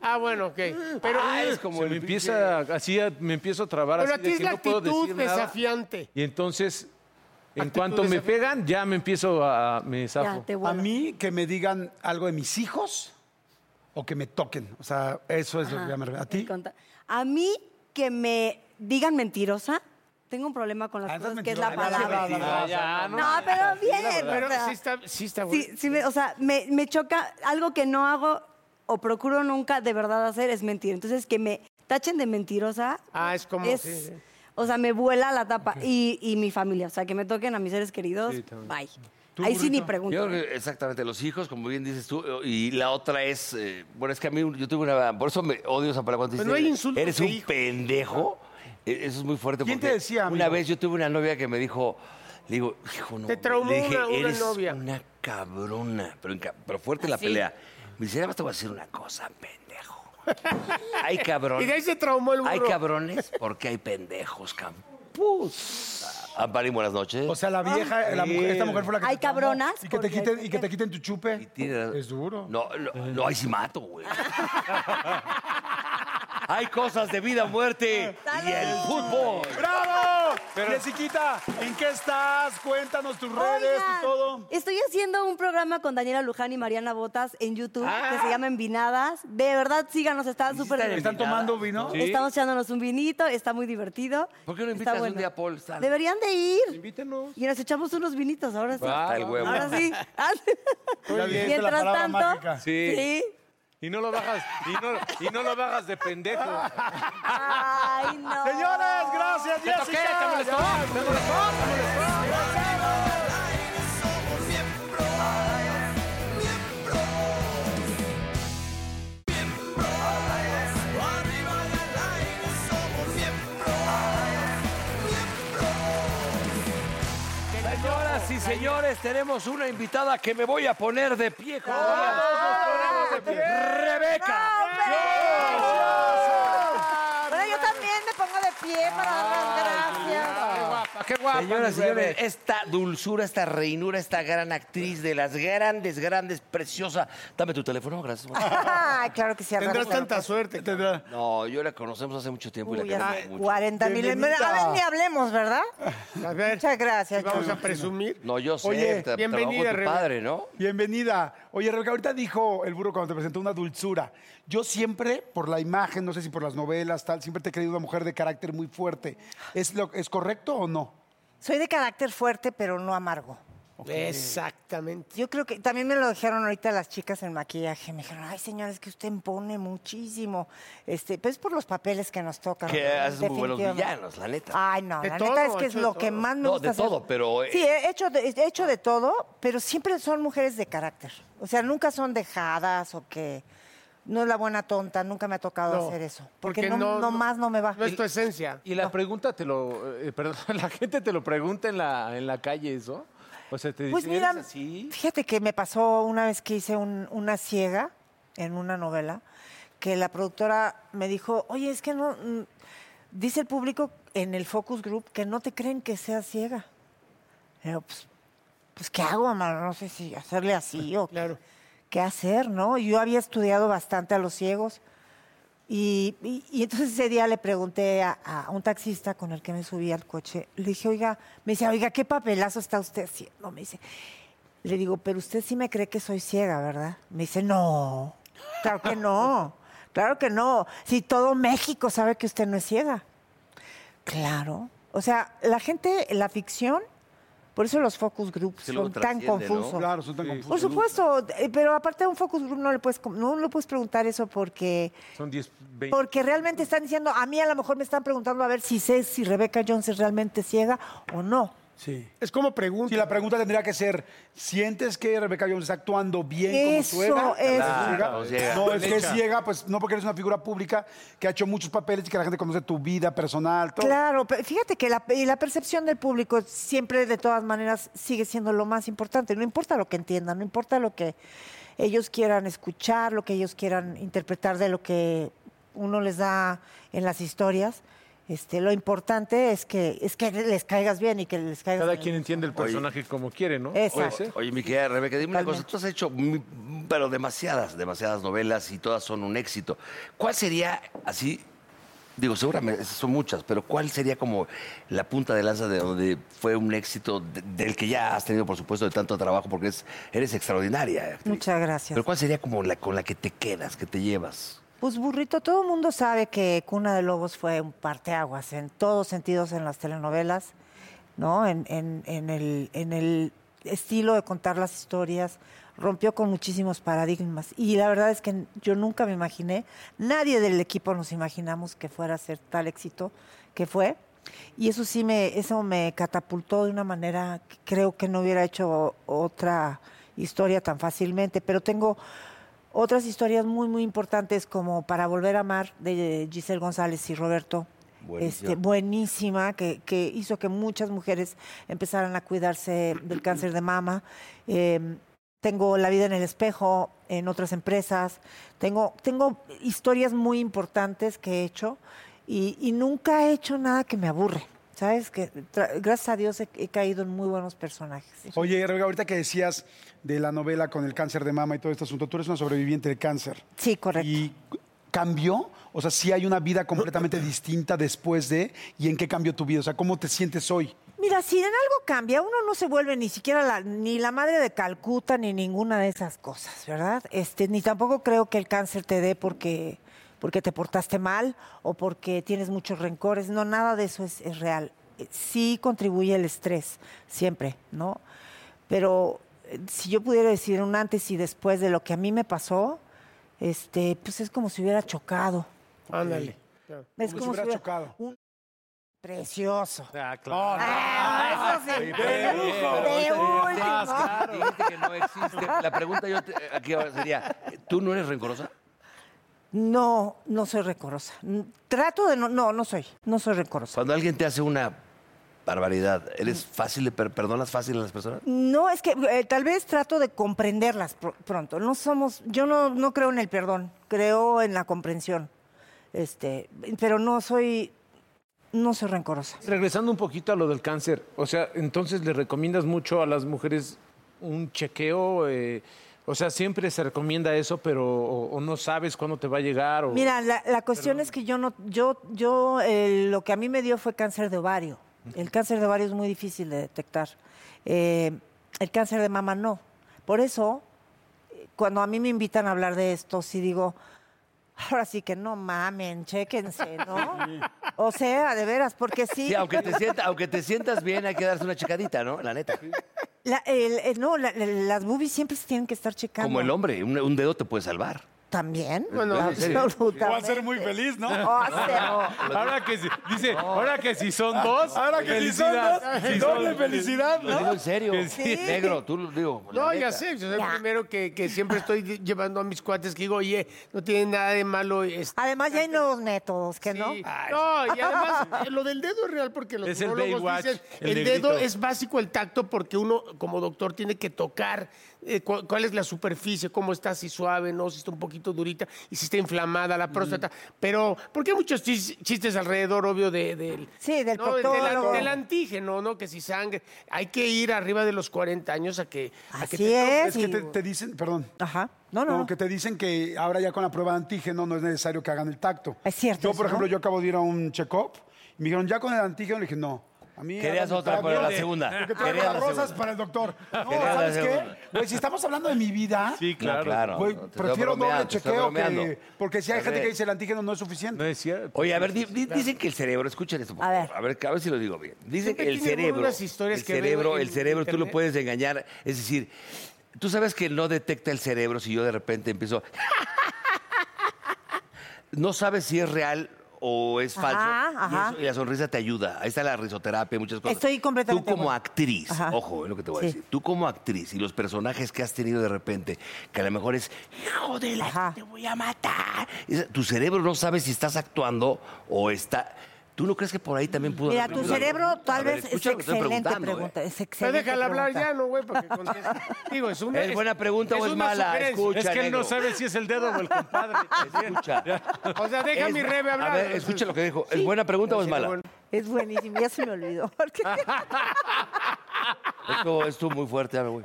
Ah, bueno, ok. Pero,
ah, es como me empieza así, a- me empiezo a trabar
pero
así de
aquí es
que
la
no puedo
actitud
decir nada.
desafiante.
Y entonces, en
Actitud
cuanto me
desafiante.
pegan, ya me empiezo a me
Ya,
zafo.
te
A
vuelvo.
mí que me digan algo de mis hijos o que me toquen. O sea, eso es lo que ya me refiero. ¿A ti?
Conta- A mí que me digan mentirosa, tengo un problema con las
Ah, estás
cosas que es la
mentirosa. Ah,
palabra.
mentirosa.
Ah, ya, no,
No,
ya,
pero bien. o
Pero
sea,
sí está, sí está bueno.
sí, sí me- o sea, me, me choca algo que no hago o procuro nunca de verdad hacer es mentir. Entonces, que me tachen de mentirosa.
Ah, es como- sí, sí.
O sea, me vuela la tapa. Y, y mi familia. O sea, que me toquen a mis seres queridos. bye. Ahí sí ni pregunto.
Yo creo que exactamente los hijos, como bien dices tú, y la otra es, eh, bueno, es que a mí yo tuve una, por eso me odio esa palabra cuando
Pero
dices,
no hay insultos
eres
de
un
hijo".
pendejo. Eh, Eso es muy fuerte.
¿Quién te
porque
decía,
Una
amigo?
vez yo tuve una novia que me dijo, le digo, hijo, no.
Te traumó
le dije,
una- una
eres
novia".
una cabrona, pero, en ca- pero fuerte la pelea. Me dice, nada más te voy a decir una cosa, pendejo. Hay cabrones.
Y de ahí se traumó el burro.
Hay cabrones porque hay pendejos, campus. Amparín, Ah, buenas noches. Ah,
O sea, la vieja, la mujer- esta mujer fue la que.
Hay
te tomó
Ah. cabronas,
Y que, te
porque-
quiten, y que te quiten tu chupe.
Y tiene-
Es duro.
No, no, no, ahí sí mato, güey. Hay cosas de vida, muerte y el fútbol.
¡Bravo! Jessiquita, ¿en qué estás? Cuéntanos tus redes,
Oigan,
tu todo.
Estoy haciendo un programa con Daniela Luján y Mariana Botas en YouTube
Ah.
que se llama Envinadas. De verdad, síganos, está súper
¿Están tomando vino?
Estamos echándonos un vinito, está muy divertido.
¿Por qué no
Está
invitas un
bueno.
día a Paul Stanley?
Deberían de ir.
Invítenos.
Y nos echamos unos vinitos, ahora sí.
Hasta el huevo.
Ahora sí. Ah,
Ya dijiste la
Mientras
palabra
tanto.
mágica.
Sí.
sí.
Y no lo bajas, y no, y no lo bajas de pendejo.
Ay, no.
Señores, gracias, Jessica.
Señoras y señores, tenemos una invitada que me voy a poner de pie. con
¡No,
Rebeca.
hombre! Bueno, yo también me pongo de pie para dar las gracias.
¡Ah,
Señoras y señores, esta dulzura, esta reinura, esta gran actriz de las grandes, grandes, preciosa. Dame tu teléfono, gracias.
Ay, claro que sí, al rato
Tendrás
se lo
tanta suerte. cabrón.
No, yo la conocemos hace mucho tiempo y la
Uy, ya
queremos
sé,
mucho.
40 mil. A ver, ni hablemos, ¿verdad?
A ver,
Muchas gracias.
vamos
Chuy.
a presumir.
No, yo sé,
Oye,
tra-
bienvenida,
trabajo con tu
Rebeca.
padre, ¿no?
Bienvenida. Oye, Rebeca, ahorita dijo el burro cuando te presentó una dulzura. Yo siempre, por la imagen, no sé si por las novelas, tal, siempre te he creído una mujer de carácter muy fuerte. ¿Es, lo, ¿es correcto o no?
Soy de carácter fuerte, pero no amargo.
Exactamente.
Yo creo que también me lo dijeron ahorita las chicas en maquillaje. Me dijeron, ay, señora, es que usted impone muchísimo. Este, pues por los papeles que nos tocan.
Que haces muy buenos
definitivamente.
villanos, la neta.
Ay, no,
De
la
todo,
neta es que
he
es
hecho de
lo
todo.
que más me
No,
gusta
de
hacer.
todo, pero, eh. ah.
Sí, he hecho, de, he hecho de todo, pero siempre son mujeres de carácter. O sea, nunca son dejadas o que... No es la buena tonta, nunca me ha tocado
No,
hacer eso. Porque, no, más no me va.
No es tu esencia.
Y la pregunta te lo, eh, perdón, la gente te lo pregunta en la, en la calle eso. O sea, te dice,
Pues mira,
¿eres así?
fíjate que me pasó una vez que hice un- una ciega en una novela, que la productora me dijo, oye, es que no, mm, dice el público en el focus group que no te creen que sea ciega. Y yo, pues, pues, ¿qué hago, mamá? No sé si hacerle así o qué-
Claro.
qué hacer, ¿no? Yo había estudiado bastante a los ciegos. Y, y- y entonces ese día le pregunté a, a un taxista con el que me subí al coche, le dije, oiga, me dice, oiga, ¿qué papelazo está usted haciendo? Me dice, le digo, pero usted sí me cree que soy ciega, ¿verdad? Me dice, no, claro que no, claro que no. Si todo México sabe que usted no es ciega. Claro. O sea, la gente, la ficción, por eso los focus groups
Sí, luego
son tan
trasciende, ¿no?
confusos.
Claro, son tan confusos.
Por supuesto, eh, pero aparte de un focus group no le puedes, com- no le puedes preguntar eso porque
Son 10, 20.
porque realmente están diciendo, a mí a lo mejor me están preguntando a ver si sé si Rebeca Jones es realmente ciega o no.
Sí.
Es como pregunta.
Sí, la pregunta tendría que ser, ¿sientes que Rebeca Jones está actuando bien
Eso,
como su
eso.
Claro, ciega.
No, es que es ciega, pues no porque eres una figura pública que ha hecho muchos papeles y que la gente conoce tu vida personal, todo.
Claro, pero fíjate que la, y la percepción del público siempre, de todas maneras, sigue siendo lo más importante. No importa lo que entiendan, no importa lo que ellos quieran escuchar, lo que ellos quieran interpretar de lo que uno les da en las historias. Este, lo importante es que, es que les caigas bien y que les
Pues,
caigas
Cada
bien.
quien entiende el personaje como quiere, ¿no?
Exacto.
Puede ser.
Oye, mi querida Rebeca, dime una cosa. Tú has hecho, mi- pero demasiadas, demasiadas novelas y todas son un éxito. ¿Cuál sería, así, digo, seguramente son muchas, pero cuál sería como la punta de lanza de donde fue un éxito de- del que ya has tenido, por supuesto, de tanto trabajo, porque es- eres extraordinaria.
Muchas gracias.
Pero cuál sería como la con la que te quedas, que te llevas?
Pues burrito, todo el mundo sabe que Cuna de Lobos fue un parteaguas en todos sentidos en las telenovelas, ¿no? En, en- en el, en el estilo de contar las historias, rompió con muchísimos paradigmas. Y la verdad es que yo nunca me imaginé, nadie del equipo nos imaginamos que fuera a ser tal éxito que fue. Y eso sí me, eso me catapultó de una manera que creo que no hubiera hecho otra historia tan fácilmente. Pero tengo otras historias muy, muy importantes como Para Volver a Amar de eh, Giselle González y Roberto.
Buenísima.
Este, buenísima, que, que hizo que muchas mujeres empezaran a cuidarse del cáncer de mama. Eh, tengo La vida en el espejo en otras empresas. Tengo, tengo historias muy importantes que he hecho y, y nunca he hecho nada que me aburre. ¿Sabes? que tra- Gracias a Dios he, he caído en muy buenos personajes.
Oye, Rebeca, ahorita que decías de la novela con el cáncer de mama y todo este asunto, tú eres una sobreviviente de cáncer.
Sí, correcto.
¿Y cambió? O sea, sí hay una vida completamente distinta después de, ¿y en qué cambió tu vida? O sea, ¿cómo te sientes hoy?
Mira, si en algo cambia, uno no se vuelve ni siquiera la, ni la madre de Calcuta ni ninguna de esas cosas, ¿verdad? Este, ni tampoco creo que el cáncer te dé porque, porque te portaste mal o porque tienes muchos rencores. No, nada de eso es, es real. Eh, Sí contribuye el estrés, siempre, ¿no? Pero eh, si yo pudiera decir un antes y después de lo que a mí me pasó, este, pues es como si hubiera chocado.
Ándale.
Es como, si hubiera
chocado.
Precioso.
Ah,
claro. eso sí.
Oye, pero-
De
pero-
último.
pero-
Más,
claro. Dijiste que no existe. La pregunta yo te- eh, aquí ahora sería, ¿tú no eres rencorosa?
No, no soy recorosa. N- Trato de no, no, no soy. No soy rencorosa.
Cuando alguien te hace una barbaridad, ¿eres fácil de per- perdonas fácil a las personas?
No, es que eh, tal vez trato de comprenderlas pr- pronto. No somos, yo no, no creo en el perdón, creo en la comprensión. Este, pero no soy, no soy rencorosa.
Regresando un poquito a lo del cáncer, o sea, entonces le recomiendas mucho a las mujeres un chequeo, Eh, o sea, siempre se recomienda eso, pero o, o no sabes cuándo te va a llegar. O...
Mira, la, la cuestión es que yo no, yo, yo, eh, lo que a mí me dio fue cáncer de ovario. El cáncer de ovario es muy difícil de detectar. Eh, el cáncer de mama no. Por eso, eh, cuando a mí me invitan a hablar de esto, sí digo, ahora sí que no mamen, chéquense, ¿no? O sea, de veras, pues, porque sí.
Sí, aunque te, sienta- aunque te sientas bien, hay que darse una checadita, ¿no? La neta.
La- el- el- no, la- la- las boobies siempre se tienen que estar checando.
Como el hombre, un, un dedo te puede salvar.
También.
Bueno,
Ah,
en serio.
absolutamente. Oh,
O a ser muy feliz, ¿no?
O a ser-
Ahora que si, dice, ahora que si son dos,
Ahora que si son dos,
felicidad. Si
doble
son-
felicidad,
Lo digo en serio.
Que sí.
Negro, tú lo digo. la
No,
neta.
ya sé, yo soy el primero que, que siempre estoy di- llevando a mis cuates que digo, oye, no tiene nada de malo. este,
Además, ya hay nuevos métodos, que no.
sí". No, y además, eh, lo del dedo es real porque los
Es el
urólogos
Baywatch,
dicen,
el
el, dedo
negrito.
es básico el tacto porque uno, como doctor, tiene que tocar eh, cu- cuál es la superficie, cómo está, si suave, no, si está un poquito durita y si está inflamada la próstata. Pero, porque hay muchos chis- chistes alrededor, obvio, de- del...
Sí, del
no, del-
proctólogo.
del antígeno, ¿no? Que si sangre. Hay que ir arriba de los 40 años a que... a que
Así
te-
es.
Es que
y-
te, te dicen, perdón.
Ajá. No, no,
No,
no.
que te dicen que ahora ya con la prueba de antígeno no es necesario que hagan el tacto.
Es cierto
Yo,
eso,
por
¿no?
ejemplo, yo acabo de ir a un check-up y me dijeron, ¿ya con el antígeno? Le dije, no. A mí
Querías
háganme
otra,
tacto,
pero la
porque-
segunda.
Porque traigo
Querías
las
la
rosas
segunda.
para el doctor. No,
Querías la
¿sabes
segunda.
qué? Güey, si estamos hablando de mi vida...
Sí,
No,
claro.
claro.
güey,
Te estoy
prefiero doble
bromeando, te estoy
chequeo
bromeando.
que... Porque si hay gente
Re-
que dice el antígeno no es suficiente.
No es cierto.
Oye, a ver, di- di- dicen que el cerebro, escuchen esto, por
A ver.
favor, a ver, a ver si lo digo bien. Dicen
Siempre
que el
tiene uno
cerebro,
unas historias
el
que veo
cerebro,
en
el cerebro, tú lo
internet.
puedes engañar, es decir, tú sabes que no detecta el cerebro si yo de repente empiezo, no sabes si es real o es falso.
Ajá,
y
ajá.
eso- Y, la sonrisa te ayuda. Ahí está la risoterapia, muchas cosas.
Estoy completamente
Tú
de
como
acuerdo.
actriz,
Ajá.
ojo, es lo que te voy
Sí.
a decir. Tú como actriz y los personajes que has tenido de repente, que a lo mejor es, hijo de la,
Ajá.
te voy a matar. Es- Tu cerebro no sabe si estás actuando o está... ¿Tú no crees que por ahí también pudo
Mira,
haber
tu
venido algo?
cerebro
A
tal
ver,
vez es
escucha lo que estoy
excelente
preguntando, ¿eh?
pregunta. Es
Pero
excelente
déjala hablar
pregunta.
ya, no, güey, para que conteste. Digo, es una.
¿Es buena pregunta o es
una
mala?
sugerencia.
Escucha,
es que él no
negro.
sabe si es el dedo o el compadre.
Escucha.
O sea, deja
Es-
mi rebe hablar.
A ver, escucha lo que dijo. ¿Es buena pregunta o es mala?
Es buenísimo, ya se me olvidó. Porque-
Esto estuvo muy fuerte, a ver, güey.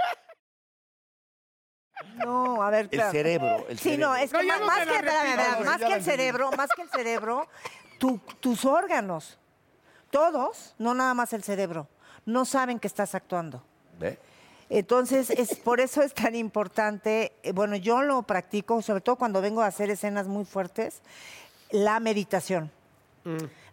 No, a ver.
El
claro.
cerebro, el
sí, no,
cerebro.
es
No,
que
ya
más,
no
más
te la
que, espérame,
repito,
espérame,
güey,
más
ya
que
la
el cerebro, más que el cerebro, tu- tus órganos, todos, no nada más el cerebro, no saben que estás actuando.
¿Ve?
Entonces, es, por eso es tan importante, eh, bueno, yo lo practico, sobre todo cuando vengo a hacer escenas muy fuertes, la meditación.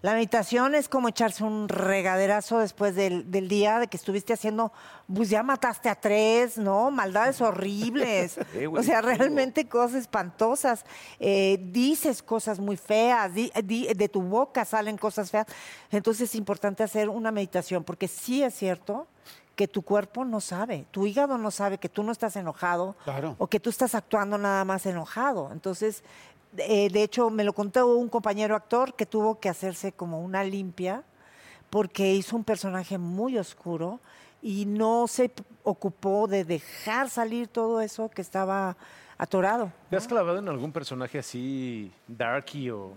La meditación es como echarse un regaderazo después del, del día de que estuviste haciendo, pues ya mataste a tres, ¿no? Maldades horribles.
Sí, güey,
o sea,
sí,
realmente cosas espantosas. Eh, dices cosas muy feas, di- di- de tu boca salen cosas feas. Entonces es importante hacer una meditación, porque sí es cierto que tu cuerpo no sabe, tu hígado no sabe que tú no estás enojado
Claro.
o que tú estás actuando nada más enojado. Entonces, eh, de hecho, me lo contó un compañero actor que tuvo que hacerse como una limpia porque hizo un personaje muy oscuro y no se p- ocupó de dejar salir todo eso que estaba atorado.
¿Te has clavado en algún personaje así, darky o...?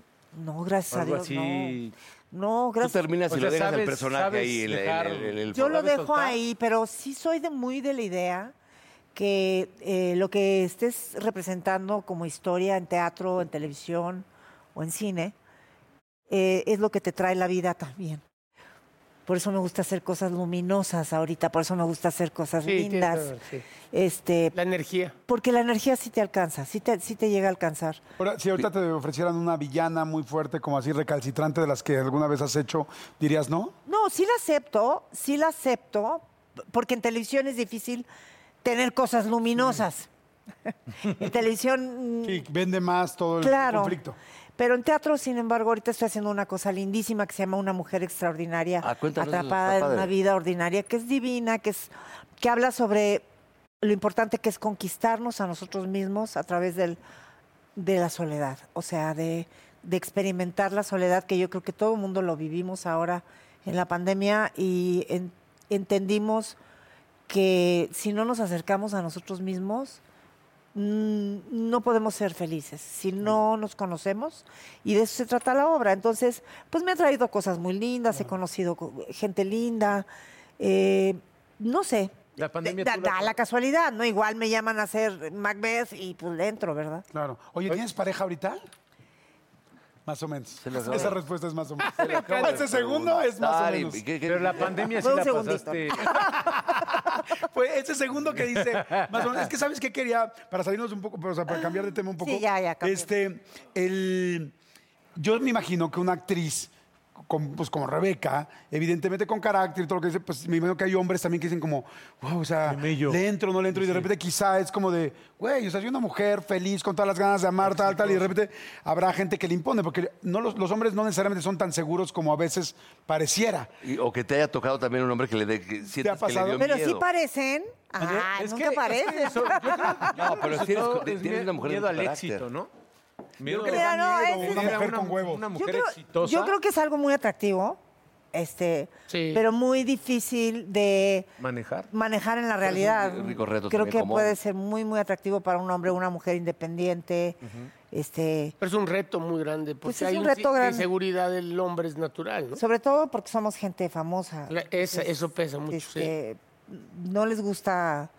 No, gracias a
Algo
Dios,
así.
no. No,
Tú
gracias.
terminas y
O
lo
sea,
dejas el
sabes-
personaje
sabes
ahí. el- el-
dejar-
el- el- el-
Yo lo
¿Sabes
dejo
soltar?
ahí, pero sí soy de muy de la idea que eh, lo que estés representando como historia en teatro, en televisión o en cine, eh, es lo que te trae la vida también. Por eso me gusta hacer cosas luminosas ahorita, por eso me gusta hacer cosas
Sí, tienes
lindas.
razón, sí.
Este,
La energía.
porque la energía sí te alcanza, sí te, sí te llega a alcanzar.
Ahora, si ahorita te ofrecieran una villana muy fuerte, como así recalcitrante de las que alguna vez has hecho, dirías no.
No, sí la acepto, sí la acepto, p- porque en televisión es difícil tener cosas luminosas. en televisión, mm,
Y vende más todo el
claro.
conflicto.
Pero en teatro, sin embargo, ahorita estoy haciendo una cosa lindísima que se llama Una mujer extraordinaria,
Ah, cuéntanos eso,
atrapada
está
en una
padre.
vida ordinaria, que es divina, que es que habla sobre lo importante que es conquistarnos a nosotros mismos a través del, de la soledad, o sea, de, de experimentar la soledad, que yo creo que todo el mundo lo vivimos ahora en la pandemia y en- entendimos que si no nos acercamos a nosotros mismos, mm, no podemos ser felices, si no nos conocemos, y de eso se trata la obra. Entonces, pues me ha traído cosas muy lindas, he conocido co- gente linda, eh, no sé.
La pandemia
Da,
tú la-
da la casualidad, ¿no? Igual me llaman a hacer Macbeth y pues dentro, ¿verdad?
Claro. Oye, ¿tienes pareja ahorita? Más o menos.
las
Esa
doy.
respuesta es más o menos.
Acabo de
Ese segundo es más o
preguntar y-
menos.
y qué- qué-
Pero la pandemia sí
Fue un
la
segundito.
pasaste...
Pues ese segundo que dice, más o menos, es que sabes que quería, para salirnos un poco, pero, o sea, para cambiar de tema un poco.
Sí, ya, ya, cambié.
Este, el, yo me imagino que una actriz, con- pues como Rebeca, evidentemente con carácter y todo lo que dice, pues me imagino que hay hombres también que dicen como, wow, o sea,
mello.
le entro, no le entro, y de repente quizá es como de, güey, o sea, soy una mujer feliz, con todas las ganas de amar, tal, tal, y de repente habrá gente que le impone, porque no los, los hombres no necesariamente son tan seguros como a veces pareciera.
y- o que te haya tocado también un hombre que le dé que sientas que le
pasado?
dio
Pero
miedo.
sí parecen. Ah,
Es
nunca
que-
parecen.
es que eso- yo creo- yo creo
pero
que
tienes-
todo
tienes
mie-
una mujer de
miedo al
carácter.
éxito, ¿no? Miedo
que le da Mira, no, miedo ese
una
es-
mujer
una-
con huevos.
Una
Yo
mujer
creo,
exitosa.
yo creo que es algo muy atractivo, este,
Sí.
pero muy difícil de
Manejar.
manejar en la
Pero es un
realidad.
rico reto
Creo
también
que
como
puede
hombre.
ser muy, muy atractivo para un hombre, una mujer independiente. este,
Pero es un reto muy grande, porque
Pues es
hay
un
un
reto
ci-
grande.
la inseguridad del hombre es natural, ¿no?
sobre todo porque somos gente famosa.
La- esa-
Entonces,
eso pesa mucho, sí.
este, No les gusta.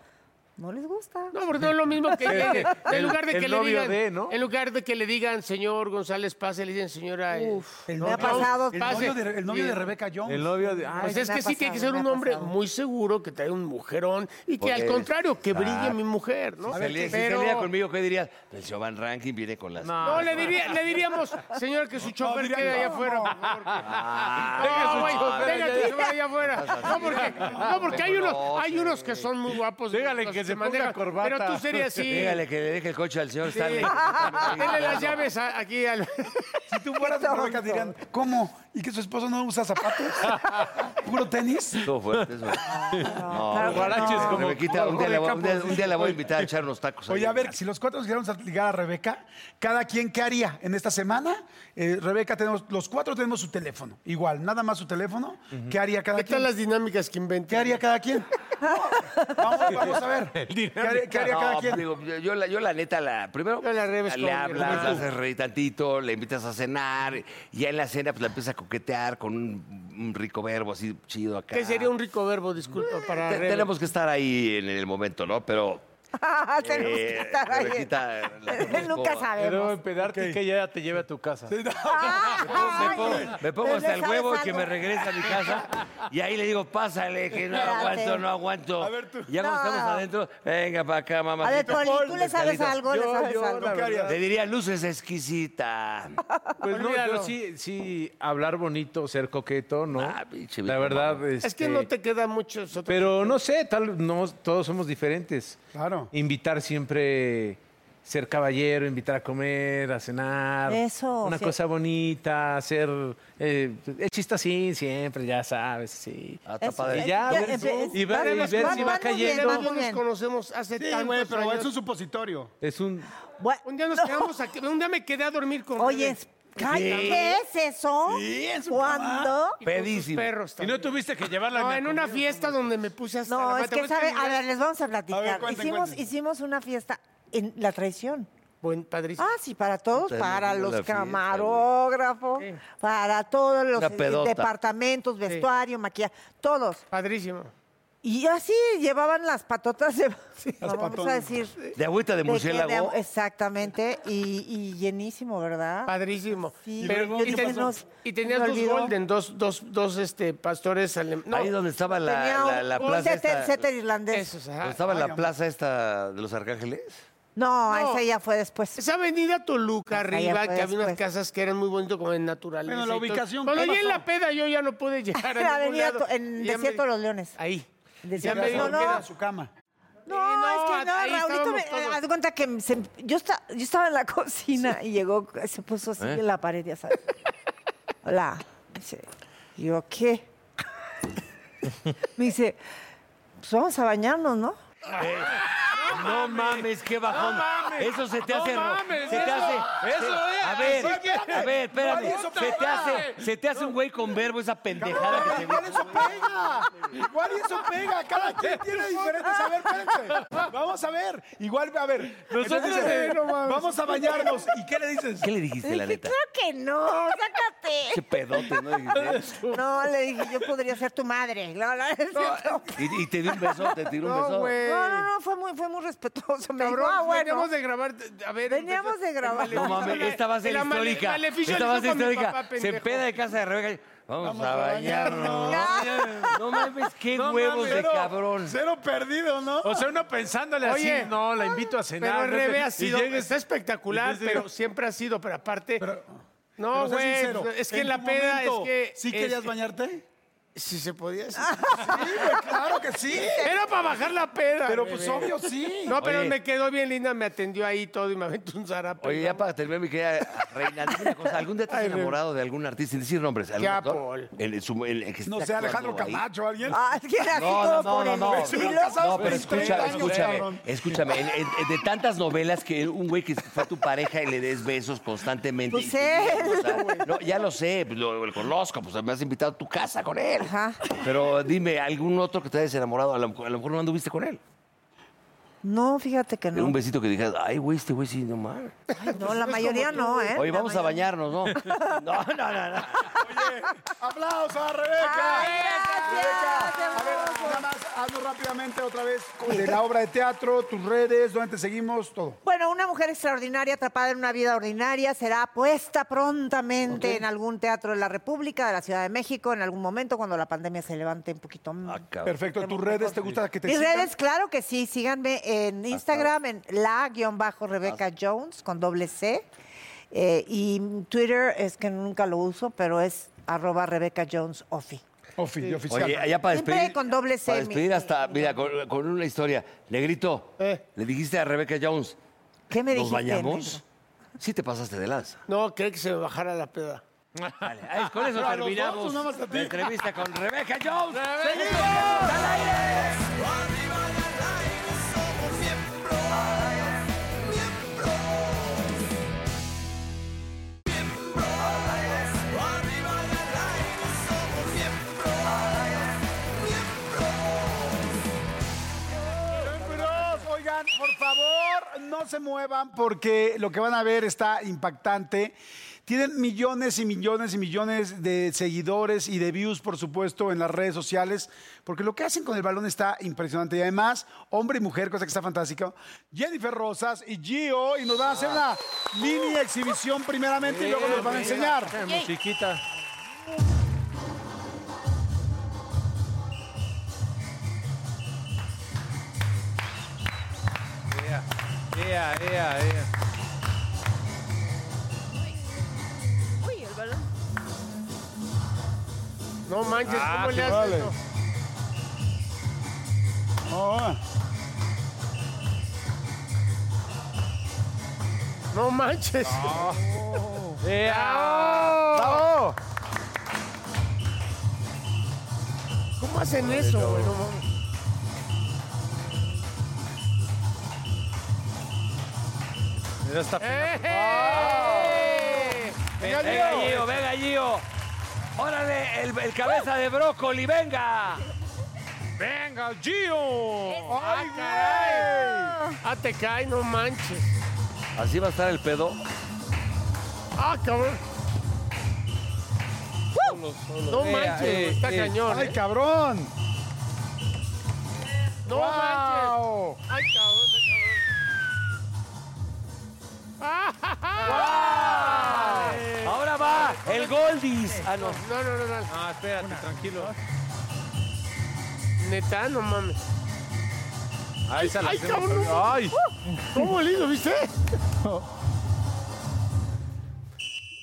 No les gusta.
No, porque no es lo mismo que llegue. En
El-
lugar de
el
que le
novio
digan,
de, ¿no?
en lugar de que le digan, señor González, pase, le dicen, señora. eh,
me
no,
ha
Jones,
pasado.
El
pase".
novio, de, el novio de Rebeca Jones.
El novio de... ay,
Pues
me
es
ha
que sí tiene que
pasado,
ser
me
un
ha
hombre
pasado.
muy seguro, que trae un mujerón y que
Porque
al
eres-
contrario, que brille
Exacto.
mi mujer, ¿no?
Si
A ver,
salía- si
pero-
salía conmigo, ¿qué dirías? El Jovan Ranking viene con las...
No, le, diría- le diríamos, señor, que su chofer
diría,
quede allá
no,
afuera, por favor. Ah, No, güey, venga tu chofer allá afuera. No, porque, no, porque hay, unos, hay unos que son muy guapos.
Dígale
los
que se ponga corbata.
Pero tú serías así.
Dígale que le deje el coche al señor
Sí.
Stanley.
Denle las llaves a- aquí al.
Ah, Si tú fueras de Rebeca, dirían, ¿cómo? ¿Y que su esposo no usa zapatos? ¿Puro tenis?
Estuvo fuerte eso. No,
claro que Guaraches no. como-
Rebequita, un, día la voy- un día- un día la voy a invitar a echar unos tacos. ahí.
Oye, a ver, si los cuatro nos quisiéramos ligar a Rebeca, cada quien qué haría en esta semana. Eh, Rebeca, tenemos, los cuatro tenemos su teléfono. Igual, nada más su teléfono. ¿Qué haría cada
¿Qué
quien?
tal las dinámicas que inventé?
¿Qué haría cada quien? vamos, vamos a ver. ¿Qué haría, qué haría
No,
cada quien?
digo, yo, yo la, yo la neta, la, primero le
con-
hablas,
como
la
tú.
haces reír tantito, le invitas a cenar, y ya en la cena pues la empiezas a coquetear con un, un rico verbo así chido acá.
¿Qué sería un rico verbo, disculpa, para
Te-
Rebe?
tenemos que estar ahí en el momento, ¿no? Pero...
Ah,
Ah,
Tenemos que
eh,
estar ahí.
Rebequita, la conozco.
Nunca
Pero
sabemos.
empedarte y que ella te lleve a tu casa.
Ah,
Me pongo, me pongo
Pero
hasta el
¿sabes
huevo que
algo?
me regresa a mi casa y ahí le digo, pásale, que no
Espérate.
aguanto, no aguanto. Ya cuando
No.
estamos adentro, venga para acá, mamá.
A ver, Poli, ¿tú le sabes algo? ¿Le
Yo-
sabes
yo,
algo?
la verdad,
Te diría, luces exquisita.
Pues no, yo
Olvídalo.
sí, sí, hablar bonito, ser coqueto, ¿no?
Ah, pinche
la
viejo
verdad,
mamón.
Es que
este,
no te queda muchos otros.
Pero no sé, tal, no, todos somos diferentes.
Claro.
Invitar siempre, ser caballero, invitar a comer, a cenar.
Eso,
Una
sí.
cosa bonita, hacer... eh, el chiste así siempre, ya sabes, sí.
Ah, está
Eso,
padre.
eh,
Y ya,
Ya,
ver-
empe-
y ver, y
vamos,
ver si
vamos,
va
vamos bien,
cayendo.
vamos.
no nos
bien.
conocemos hace
Sí,
tantos
güey, pero
años.
es un supositorio.
Es un...
Bueno,
Un día nos
no.
quedamos aquí. Un día me quedé a dormir con
Oye,
Rebe.
es- Ay, ¿qué es eso?
Sí, en su
¿Cuándo?
Y con sus
pedísimo.
perros
Y
también.
no tuviste que llevarla
No,
ni a
Ah, en una
comer.
fiesta donde me puse hasta
No,
la
es
mata.
que
Bueno,
sabe, a
mi-
ver, les vamos a
A
platicar.
ver, cuenten,
hicimos,
cuenten.
hicimos una fiesta en la traición.
Buen padrísimo.
Ah, sí, para todos,
Puta,
para
no, la
los
fiesta, güey.
camarógrafos, para todos los
Una
eh,
pedota.
departamentos, vestuario, maquillaje, todos.
Padrísimo.
Y así llevaban las patotas de... no, vamos a
patotas.
decir...
De agüita de
de que de-
murciélago.
exactamente, y, y llenísimo, ¿verdad?
Padrísimo.
Sí.
Pero-
¿Y luego
y,
qué
ten-
pasó?
y tenías
¿Me
dos
olvidó?
golden, dos, dos, dos este, pastores alemanes.
ahí donde estaba la,
Tenía
la- la
un
plaza
setter,
esta,
setter irlandés.
Esos,
donde
ajá.
estaba la plaza esta de los arcángeles.
No,
No.
esa ya fue después.
Esa avenida Toluca
Allá
arriba,
fue
que había unas
después.
casas que eran muy bonitas como en naturaleza.
Bueno, la
y todo.
ubicación,
Cuando
¿qué
llegué en
pasó?
la peda yo ya no pude llegar a
La
ningún
avenida
lado.
to- en
Ya me-
Desierto de los Leones.
Ahí.
Desierto
Ya me
de los
dijo
no,
que
Leones.
no.
era
en su cama.
No,
no,
es que no,
ahí
Raulito me,
estábamos todos.
haz de cuenta que se- yo, esta- yo estaba en la cocina y llegó, se puso así
¿Eh?
en la pared, ya sabes. Hola. Me dice, ¿yo qué? me dice, pues vamos a bañarnos, ¿no?
Eh, No mames, qué bajón. Eso se te
No
hace. ro-
mames,
se te
eso-
hace.
eso
se-
es,
A ver,
así que-
a ver, espérame.
No,
se, te hace,
madre.
se te hace un güey con verbo esa pendejada que te
Igual eso pega. Igual eso pega. Cada quien tiene diferentes. A ver, espérense. Vamos a ver. Igual, a ver.
Nosotros,
Entonces,
eh, no mames.
vamos a bañarnos. ¿Y qué le dices? ¿Eh,
¿Qué le dijiste, la
Dije,
neta?
claro que no, sácate.
Qué pedote, ¿no? Dijiste.
No, le dije, yo podría ser tu madre. No, no, es cierto.
Y, y te di un beso, te tiró un beso.
No, güey.
no, no, no, fue muy, fue muy respetuoso. Me dijo,
Cabrón,
ah, bueno.
veníamos de grabar. A ver,
Veníamos de
el
grabar.
maleficio-
No mames, esta va a ser
el male-
histórica.
maleficio
Esta
lo
va a
hizo
ser
con mi
histórica.
papá,
se
pendejo.
empeda de casa de Rebeca. Vamos, a bañarnos. No mames, qué
No
huevos
mames,
de
pero-
cabrón.
Cero perdido, ¿no?
O sea, uno pensándole
Oye,
así, no, la invito a cenar.
Pero
no te-
Rebe ha
y
sido,
llegues-
está espectacular,
y dices-
pero siempre ha sido, pero aparte...
Pero
no,
sé
güey,
sincero,
es que en
tu
la peda
momento,
es que...
¿Sí
es
querías
que-
bañarte?
Si se podía. sí.
Sí, güey, claro que sí.
Era para bajar la peda.
Pero
Rebe.
pues obvio sí.
No, pero
Oye.
me quedó bien linda, me atendió ahí todo y me aventó un zarape.
Oye, ya para terminar, mi querida Reina, dime una cosa. ¿Algún día te has
Ay, Rebe.
enamorado de algún artista? Sin decir nombres. ¿algún
Ya,
actor?
Paul.
El- su- el- el que
No
esté
sé, Alejandro
actuando ahí.
Camacho, alguien.
Ah, es que era así
No, no,
todo
no,
por
no,
el
no.
estilo.
Estuvieron casados
No, pero
este
20
escucha,
años,
escúchame,
cabrón.
escúchame. en- en- de tantas novelas que un güey que fue tu pareja y le des besos constantemente.
Pues
y te
él.
diga cosas. No, ya lo sé, pues, lo, lo conozco, pues me has invitado a tu casa con él.
Ajá.
Pero dime, ¿algún otro que te hayas enamorado? A lo, a lo mejor no anduviste con él.
No, fíjate que no.
Un besito que dijeras, ay, güey, este güey sí, no mames.
Ay, no, la mayoría no, ¿eh?
Oye,
La
vamos a
mayoría-
bañarnos, ¿no? No, no, no, no.
¡Aplausos a Rebeca!
Ay, gracias,
Rebeca, a ver, nada más, haznos rápidamente otra vez con- de la obra de teatro, tus redes, dónde te seguimos, todo.
Bueno, una mujer extraordinaria atrapada en una vida ordinaria será puesta prontamente en algún teatro de la República, de la Ciudad de México, en algún momento cuando la pandemia se levante un poquito. más.
Ah, cabrón.
Perfecto, tus redes, ¿te gusta que te
Mis
sigan?
redes, claro que sí. Síganme en Instagram, en la-rebeca Jones con doble C. Eh, y Twitter es que nunca lo uso, pero es arroba Rebeca Jones Offi.
Ofi, de oficial.
Oye, allá para
Siempre
despedir.
con doble C,
Para
mi-
despedir hasta, mira, con, con una historia. Negrito, le dijiste a Rebeca Jones,
¿Qué me
¿nos
dijiste?
bañamos?
negro?
Sí te pasaste de lanza.
No, cree que se me bajara la peda.
Vale, ahí con eso
Pero a los
terminamos
dos, nada más a ti.
la entrevista con Rebeca Jones.
Miembros, Oigan, por favor, no se muevan porque lo que van a ver está impactante. Tienen millones y millones y millones de seguidores y de views, por supuesto, en las redes sociales, porque lo que hacen con el balón está impresionante. Y además, hombre y mujer, cosa que está fantástica, Jennifer Rosas y Gio, y nos van a hacer una mini exhibición primeramente y luego nos van a enseñar.
Musiquita. Ea, ea, ea.
Uy, el balón.
No manches,
Ah,
¿cómo
qué
le
vale.
haces? eso? No manches.
Eh,
Eh,
ah.
¡Ea!
Ah,
¡Bravo! ¿Cómo hacen eso, güey? No mames.
Mira esta
¡Eh!
Ah. Venga, Gio, venga, Gio. Órale, el, el cabeza de brócoli, venga.
Venga, Gio.
Ah,
¡Ay, güey! Ah, te cae, no manches.
Así va a estar el pedo.
Ah, cabrón. No
Ea,
manches,
eh,
está
eh.
cañón.
¡Ay,
¿eh?
cabrón!
No
¡Wow!
manches. Ay, cabrón, está cabrón. Ah, ja, ja.
Ahora va el Goldis. Ah, no.
No, no, no, no.
Ah, espérate, tranquilo.
Neta, no mames.
Ahí se la
¡Ay,
hacemos.
cabrón!
¡Ay!
¿Cómo le hizo, viste?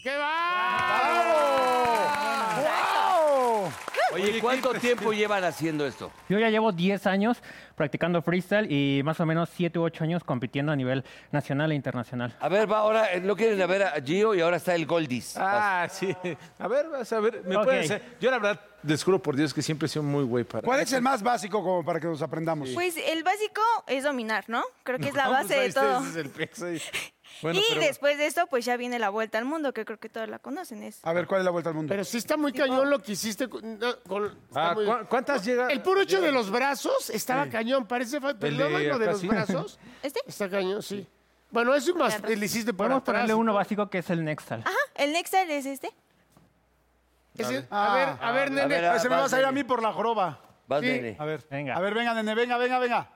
¡Qué va!
¡Wow!
Oye, ¿cuánto tiempo llevan haciendo esto?
Yo ya llevo 10 años practicando freestyle y más o menos 7 u 8 años compitiendo a nivel nacional e internacional.
A ver, va, ahora eh, no quieren a ver a Gio y ahora está el Goldis.
Ah, sí. A ver, vas a ver. ¿Me
Ok.
pueden hacer? Yo, la verdad, les juro por Dios que siempre he sido muy güey para.
¿Cuál es el más básico como para que nos aprendamos?
Pues el básico es dominar, ¿no? Creo que es la
No,
base
pues ahí
de
está,
todo.
ese es el pez ahí. Bueno,
y
pero-
después de esto, pues ya viene la vuelta al mundo, que creo que todos la conocen. Es
A ver, ¿cuál es la vuelta al mundo?
Pero sí está muy cañón lo que hiciste con... no, con- está
Ah,
muy-
¿cu- ¿Cuántas llegan?
El puro hecho de los brazos estaba cañón, parece... fa- Pero
El
nada más
de
lo de
acá,
los
sí.
brazos
¿Este?
está cañón, sí. Bueno, eso más le hiciste por
Podemos
atrás.
ponerle uno básico que es el Nextal.
Ajá, el Nextel es este.
Ese-
Ah,
a
Ah,
ver, a ver, nene.
Ay, se me va a salir a mí por la joroba.
Vas,
Sí.
nene.
A ver, venga. A ver, venga, nene, venga, venga, venga.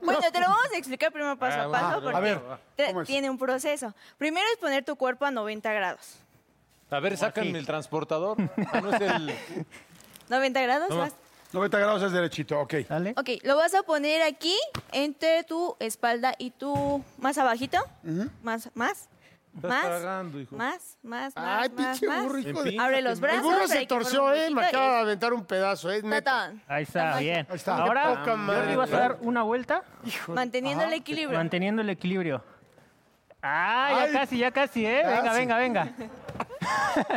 Bueno, te lo vamos a explicar primero paso
Ah,
a paso,
bueno,
porque
a ver,
te-
¿cómo es?
tiene un proceso. Primero es poner tu cuerpo a 90 grados.
A ver, sácanme el transportador. Ah, no es el-
90 grados
No,
vas.
90 grados es derechito, ok.
Dale.
Ok, lo vas a poner aquí, entre tu espalda y tu... Más abajito. Más, más.
Estás
Más,
pagando, hijo.
más, más, más,
Ay,
más,
pinche
más.
burro, hijo de-
Abre los brazos.
El burro
para
se
que forme
torció, eh.
un
Me
huequito y-
acaba de aventar un pedazo, eh. neta.
Tatán.
Ahí está, bien.
Ahí está. Qué
Ahora,
poca madre.
Jordi, vas a dar una vuelta
Manteniendo el equilibrio.
manteniendo el equilibrio. Ah, ya
Ay.
casi, ya casi, ¿eh? Venga,
Casi.
venga, venga.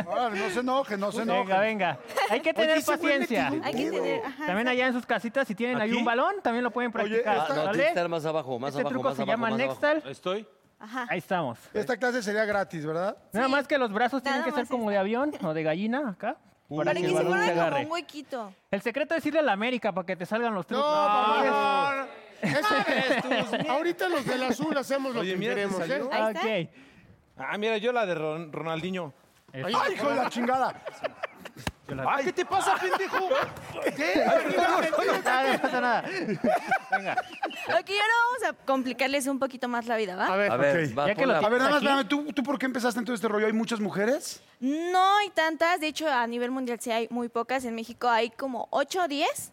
Ahora, no se enoje, no se enoje.
Venga, venga. Hay que tener
Oye, ese güey
paciencia.
metió un
Hay que tener... Ajá,
También allá en sus casitas, si tienen ahí
¿Aquí?
un balón, también lo pueden practicar.
Ah, no, tiene
¿vale?
que estar más abajo, más
Este
abajo,
truco
más
se
abajo,
llama
más abajo.
Nextal.
Estoy.
Ahí estamos.
Esta clase sería gratis, ¿verdad?
Nada más que los brazos tienen
Nada
que ser
más
como de avión o de gallina acá.
Para que se
balón
forme como
agarre.
un huequito.
El secreto es irle a la América para que te salgan los trucos.
no,
Ah,
no, no. Eso- Ahorita los del azul
Pues
hacemos lo
Oye,
que
mira, te
queremos, ¿eh?
salió. Ah, mira, yo la de Ron- Ronaldinho.
¡Ay, hijo de la chingada!
Ay, ¿qué te pasa, pendejo? ¿Qué?
no pasa nada.
Ok, ahora vamos a complicarles un poquito más la vida, ¿va?
A ver,
ok.
va,
Ya que lo
ponla.
A ver, nada más,
aquí.
espérame, ¿tú, ¿tú por qué empezaste en todo este rollo? ¿Hay muchas mujeres?
No hay tantas, de hecho a nivel mundial sí hay muy pocas, en México hay como 8 o 10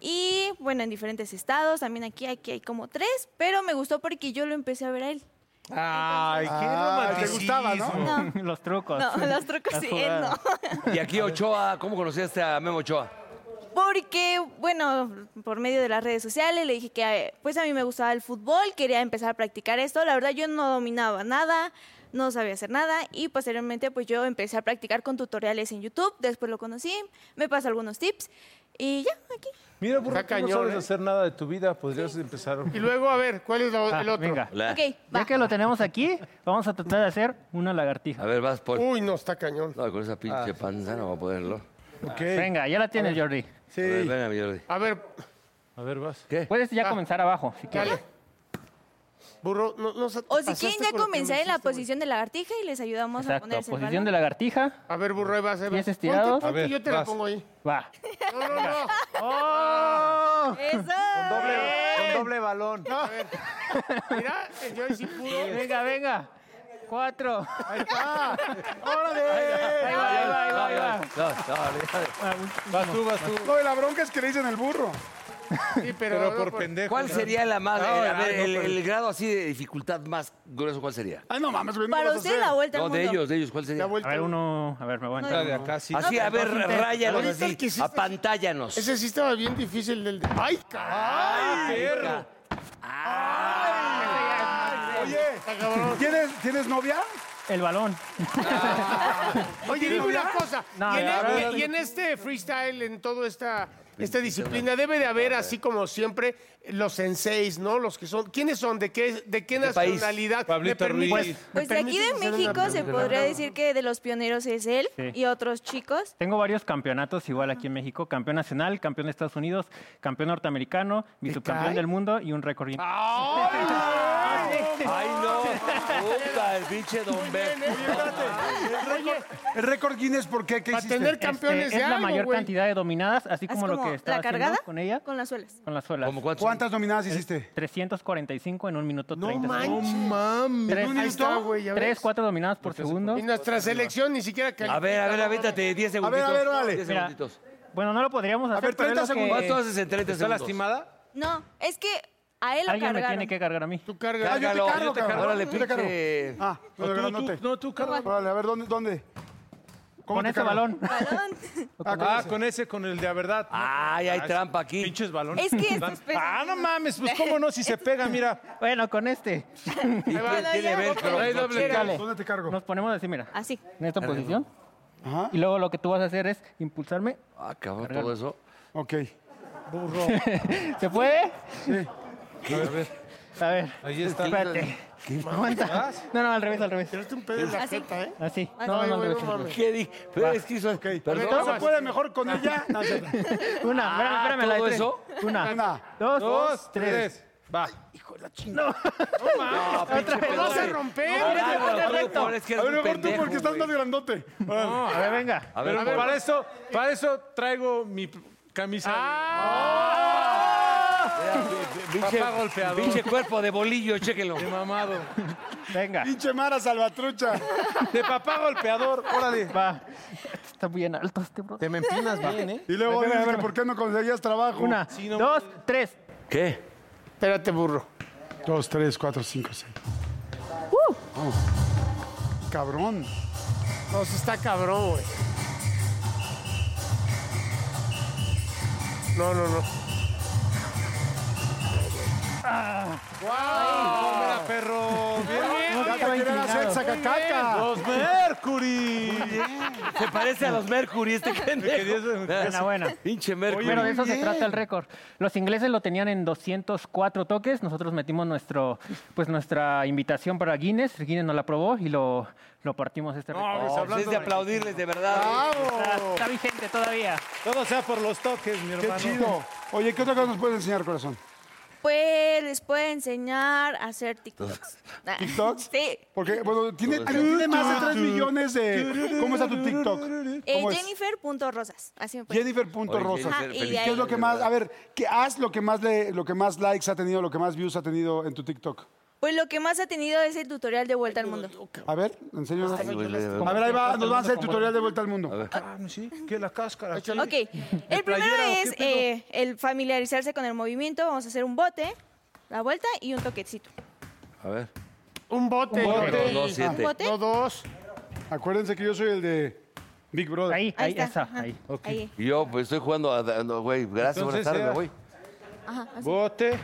y bueno, en diferentes estados, también aquí, aquí hay como 3, pero me gustó porque yo lo empecé a ver a él.
Ay, qué
Ah, te gustaba, ¿no?
Los
Ah,
trucos.
No, los trucos
Las
sí, él
jugadas.
no.
Y aquí Ochoa, ¿cómo conociste a Memo Ochoa?
Porque, bueno, por medio de las redes sociales le dije que eh, pues a mí me gustaba el fútbol, quería empezar a practicar esto. La verdad yo no dominaba nada, no sabía hacer nada y posteriormente pues yo empecé a practicar con tutoriales en YouTube, después lo conocí, me pasó algunos tips y ya, aquí.
Mira, por
Está
qué no
cañón,
sabes
¿eh?
hacer nada de tu vida, Pues podrías empezar.
Y luego, a ver, ¿cuál es la- el otro?
Ah, Venga.
Ok, va.
Ya que lo tenemos aquí, vamos a tratar de hacer una lagartija.
A ver, vas por.
Uy, no, está cañón.
No, con esa pinche panza no va a poderlo.
Venga, ya la tienes, Jordi.
A ver, venga, mi Jordi.
A ver, Ah.
A ver, vas.
¿Qué?
Puedes ya comenzar abajo, si quieres.
dale. Burro, no, no sa-
O si
pasaste
quieren ya
por lo que
comenzar
me
en la
hiciste, güey.
posición de lagartija y les ayudamos a
Exacto,
ponerse el
posición
balón.
de lagartija.
A ver, burro, ahí vas, ahí vas.
Pies estirados.
Ponte, ponte,
A ver,
yo te la
vas.
pongo ahí.
Va.
No, no, no.
¡Eso!
Con doble balón.
A ver. Mira, yo ahí sí pudo.
Venga, venga. Cuatro.
Ahí está.
Ahí va, ahí va, ahí va, ahí va.
No, no,
Ah,
Vas tú, vas tú.
No, y la bronca es que le dicen el burro.
Sí, pero,
Pero por
pendejo.
pendejo.
¿Cuál
¿no?
sería la más.
No,
eh, a
ay,
ver,
no,
el,
pero-
el grado así de dificultad más grueso, ¿cuál sería?
Ay, no mames, güey, no
Para
vas a
usted
hacer.
la vuelta al
No,
mundo.
de ellos, de ellos, ¿cuál sería?
La vuelta.
A ver, uno. A ver, me voy a
No,
La
entrar.
de acá, sí.
Así, a ver, ráyanos
Ahorita el
así.
que hiciste-
Apantállanos.
Ese sí estaba bien difícil del de... ¡Ay, caray!
perro.
Oye,
Está cabrón.
¿tienes, ¿tienes novia?
El balón.
Oye, dime una cosa.
No,
y, en,
la
y-
verdad-
y en este freestyle, en toda esta, esta disciplina, debe de haber, así como siempre, los senseis, ¿no? Los que son... ¿Quiénes son? ¿De qué, de qué
¿De país?
nacionalidad?
Pablito
permites-
Ruiz.
me
Pues de aquí de
permites hacer una
México se
pregunta?
podría decir que de los pioneros es él
Sí.
y otros chicos.
Tengo varios campeonatos igual aquí en México. Campeón nacional, campeón de Estados Unidos, campeón norteamericano,
cae? Ah.
subcampeón del mundo y un récord. Guinness.
Ay, no. Puta, el pinche Don Beto.
¿El récord Guinness por qué? ¿Qué
Para
hiciste?
tener campeones
Este,
de
es la
algo,
mayor
güey.
cantidad de dominadas, así
Así
como, lo que está
la cargada
con ella,
con las suelas.
con las suelas.
¿Cómo cuántos?
¿Cuántas nominadas hiciste?
345 en un minuto 30.
manches.
Tres,
Ahí está, güey, ya
tres,
ves.
cuatro dominadas por segundo.
Y nuestra selección ni siquiera
A ver, a ver, avéntate, 10
A ver,
segunditos.
a ver, órale.
10
Mira,
segunditos.
bueno, no lo podríamos hacer.
ver,
pero es
30
lo que
segundos.
¿Cuánto haces en 30
¿Está
segundos?
lastimada?
No, es que a él lo
Alguien me
cargaron.
tiene que cargar a mí.
Tú cargas.
Cárgalo,
cargo,
Ah, yo te cargo.
cabrón.
Órale,
Yo te cargo.
pinche.
Ah,
¿O
no,
tú, tú, no, tú, Carla.
Órale, a ver, ¿dónde? dónde? ¿Cómo
Con
te
ese
cargo?
balón.
Balón.
Ah, con ese, con el de a verdad. Ah,
Ay, hay trampa aquí.
Pinches balones.
Es que estos pesos-
Ah, no mames, pues cómo no, si se pega, mira.
Bueno, con este.
¿Y qué
ya,
tiene
ya,
velcro?
ya,
No,
ya,
chingale.
Dale.
¿Dónde te cargo?
Nos ponemos así, mira.
Así.
En esta posición.
Ajá.
Y luego lo que tú vas a hacer es impulsarme.
Ah, cabrón, todo eso.
Ok.
¿Se
A
puede?
ver, a ver,
A ver.
ahí está.
Espérate. Aguanta. No, no, al revés, al revés.
Así.
¿eh?
Ah,
Así. No, no, al revés. al revés.
¿Qué dije? Pero es que hizo. Perdón.
¿No se puede mejor con ella? No, ya.
Una,
Ah,
espérame, espérame, la de
¿todo
tres.
eso?
Una,
Una.
dos,
Dos,
tres.
tres. Va.
No, pinche
No se
pelón.
rompe.
No,
Ah,
no, no, no, es que
A ver,
eres un
mejor tú
pendejo,
porque estás
güey.
más grandote.
No, a ver, venga.
A ver,
Pero
a ver,
para eso, para eso traigo mi p- camisa.
Ah. pinche,
papá golpeador.
pinche cuerpo de bolillo, chéquenlo.
De mamado.
Venga.
Pinche Mara Salvatrucha.
De papá golpeador. Órale.
Va. Está bien alto este bro.
Te me empinas bien, ¿eh?
Y luego dices que por qué no conseguías trabajo.
Una,
no-
dos, tres.
¿Qué?
Espérate, burro.
Dos, tres, cuatro, cinco, seis.
Uh.
Oh. Cabrón.
No, sí está cabrón, güey. No, no, no.
Mira, perro.
Ya te quieren hacer sacacaca.
Los Mercury.
Se parece a los Mercury este pendejo. Ah,
Buena, buena.
Pinche Mercury.
Bueno, de eso se trata el récord. Los ingleses lo tenían en 204 toques. Nosotros metimos nuestro, pues nuestra invitación para Guinness. Guinness no la aprobó y lo, lo partimos este récord.
No, pues es de aplaudirles, de verdad.
Está, está vigente todavía.
Ah,
Todo sea por los toques, mi
Qué
hermano.
chido. Oye, ¿qué otra cosa nos puedes enseñar, corazón?
Pues les puedo enseñar a hacer TikToks. Ah,
¿TikToks?
Sí.
Porque, bueno, tiene, tiene más de 3 millones de... ¿Cómo está tu TikTok?
Eh,
¿Cómo es?
Jennifer.rosas. Así me pueden.
Jennifer punto
Oye,
Rosas.
Pues, Jennifer, Ajá, y de felicidades,
¿Qué es lo que
de
más,
verdad.
a ver, qué haz lo que más le, lo que más likes ha tenido, lo que más views ha tenido en tu TikTok?
Pues lo que más ha tenido es el tutorial de vuelta al mundo.
A ver, enséñanos.
Ay, güey,
A ver, ahí va, nos van a hacer el tutorial de vuelta al mundo.
Ah, sí, que la cáscara.
Ok, el primero
playera o qué
es
pedo?
eh, el familiarizarse con el movimiento. Vamos a hacer un bote, la vuelta y un toquecito.
A ver.
Un bote.
No, no,
¿Un
siete.
bote?
No, dos.
Acuérdense que yo soy el de Big Brother.
Ahí,
Ahí está,
esa,
ajá.
ahí.
Ahí.
Y yo, pues estoy jugando a. a- no, Güey, gracias, buenas
Entonces
tardes,
era-
me voy.
Ajá, así.
Bote.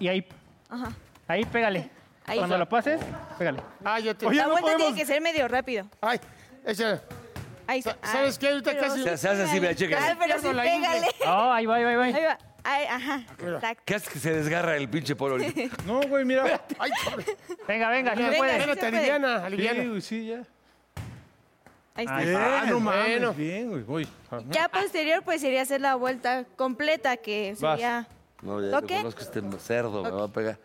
y ahí,
Ajá.
ahí pégale.
Ahí.
Cuando lo pases, pégale.
Ah, yo te...
la vuelta tiene que ser medio rápido.
Ay, esa...
Ahí está.
¿Sabes
Ay,
qué? Ahorita
pero-
casi...
Se- se hace así, mira, chécale.
Ay, pero sí,
Pierdo la ingle.
pégale.
No, ahí va, ahí va, ahí va.
Ahí va. Ay, ajá. Exacto.
¿Qué haces que se desgarra el pinche polo? ahorita?
No, güey, mira.
Ay, cabrón.
Venga, venga, sí se
Venga,
puede.
espérate,
sí se puede.
aliviana, aliviana.
Sí, güey, sí, ya.
Ahí está.
Bien,
Ah, no mames,
bueno. bien, güey. voy.
Ya posterior, pues sería hacer la vuelta completa, que
Vas.
sería.
No, ya
¿Toque?
lo conozco este cerdo, me va a pegar.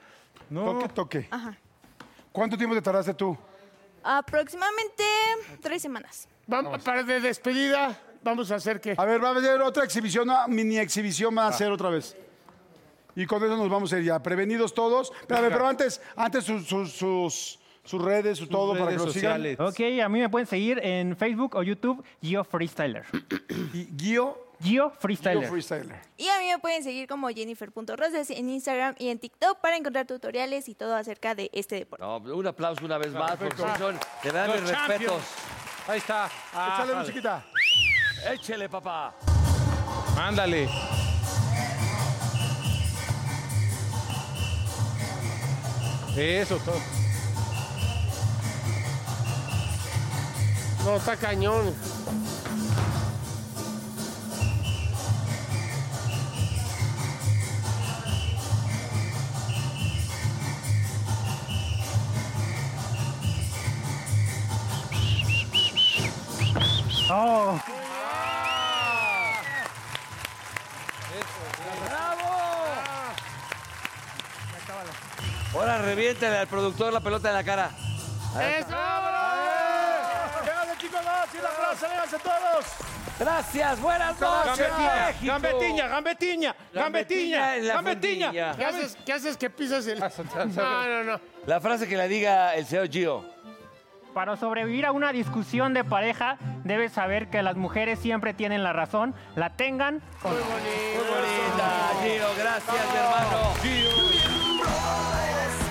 No. Toque, toque.
Ajá.
¿Cuánto tiempo te tardaste tú?
Aproximadamente tres semanas.
Vamos, para de despedida, vamos a hacer que...
A ver, va a haber otra exhibición, una mini exhibición va a hacer otra vez. Y con eso nos vamos a ir ya. Prevenidos todos. Pero, a ver, pero antes, antes sus, sus, sus, sus redes, su todo, para que
redes
lo sigan.
sociales.
Ok, a mí me pueden seguir en Facebook o YouTube, Gio Freestyler.
Y Guío,
Gio
Guío
Freestyler.
Freestyler.
Y a mí me pueden seguir como jennifer.rosas en Instagram y en TikTok para encontrar tutoriales y todo acerca de este deporte.
No, un aplauso una vez más, porque sí son, de verdad,
Los
mis respetos.
champions. Ahí está. Ah, Eh,
Échale
padre.
musiquita.
Échele, papá.
Ándale. Eso, todo.
No, está cañón.
Oh,
Ahora reviéntale al productor la pelota en la cara.
Llegale, chicos, más. Y la plaza, léganse todos.
Gracias, buenas noches,
Gambetiña,
México.
gambetiña, gambetiña,
Gambetiña en la Ah,
gambetiña, gambetiña.
fundilla.
¿Qué haces, ¿Qué haces que pisas el...? No, no, no.
La frase que la diga el señor Gio.
Para sobrevivir a una discusión de pareja, debes saber que las mujeres siempre tienen la razón, la tengan o no.
Muy bonita, Gio, gracias, hermano.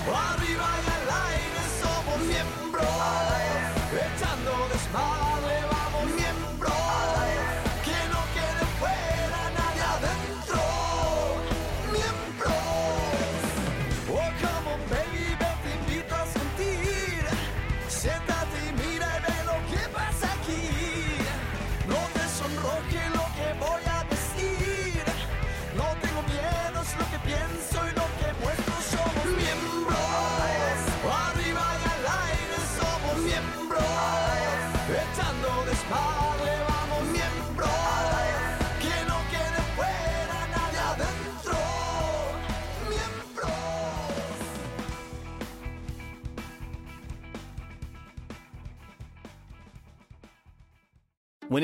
Arriba en el aire somos miembros, echando desmadre vamos miembros, que no quede fuera nadie adentro, miembros. Oh, come on baby, ven, te invito a sentir, siéntate y mira y ve lo que pasa aquí. No te sonroje lo que voy a decir, no tengo miedo, es lo que pienso y lo que muestro somos miembros. Arriba y al aire somos miembros. Echando desmadre vamos miembros. Que no quede fuera nadie adentro. Miembros.
When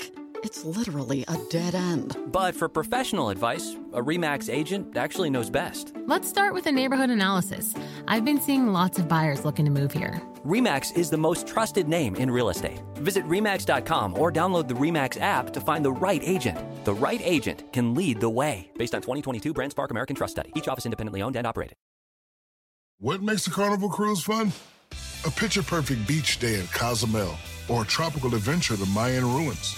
It's literally a dead end.
But for professional advice, a REMAX agent actually knows best.
Let's start with a neighborhood analysis. I've been seeing lots of buyers looking to move here.
REMAX is the most trusted name in real estate. Visit REMAX.com or download the REMAX app to find the right agent. The right agent can lead the way. Based on 2022 Brand Spark American Trust Study, each office independently owned and operated.
What makes a carnival cruise fun? A picture perfect beach day at Cozumel or a tropical adventure to Mayan ruins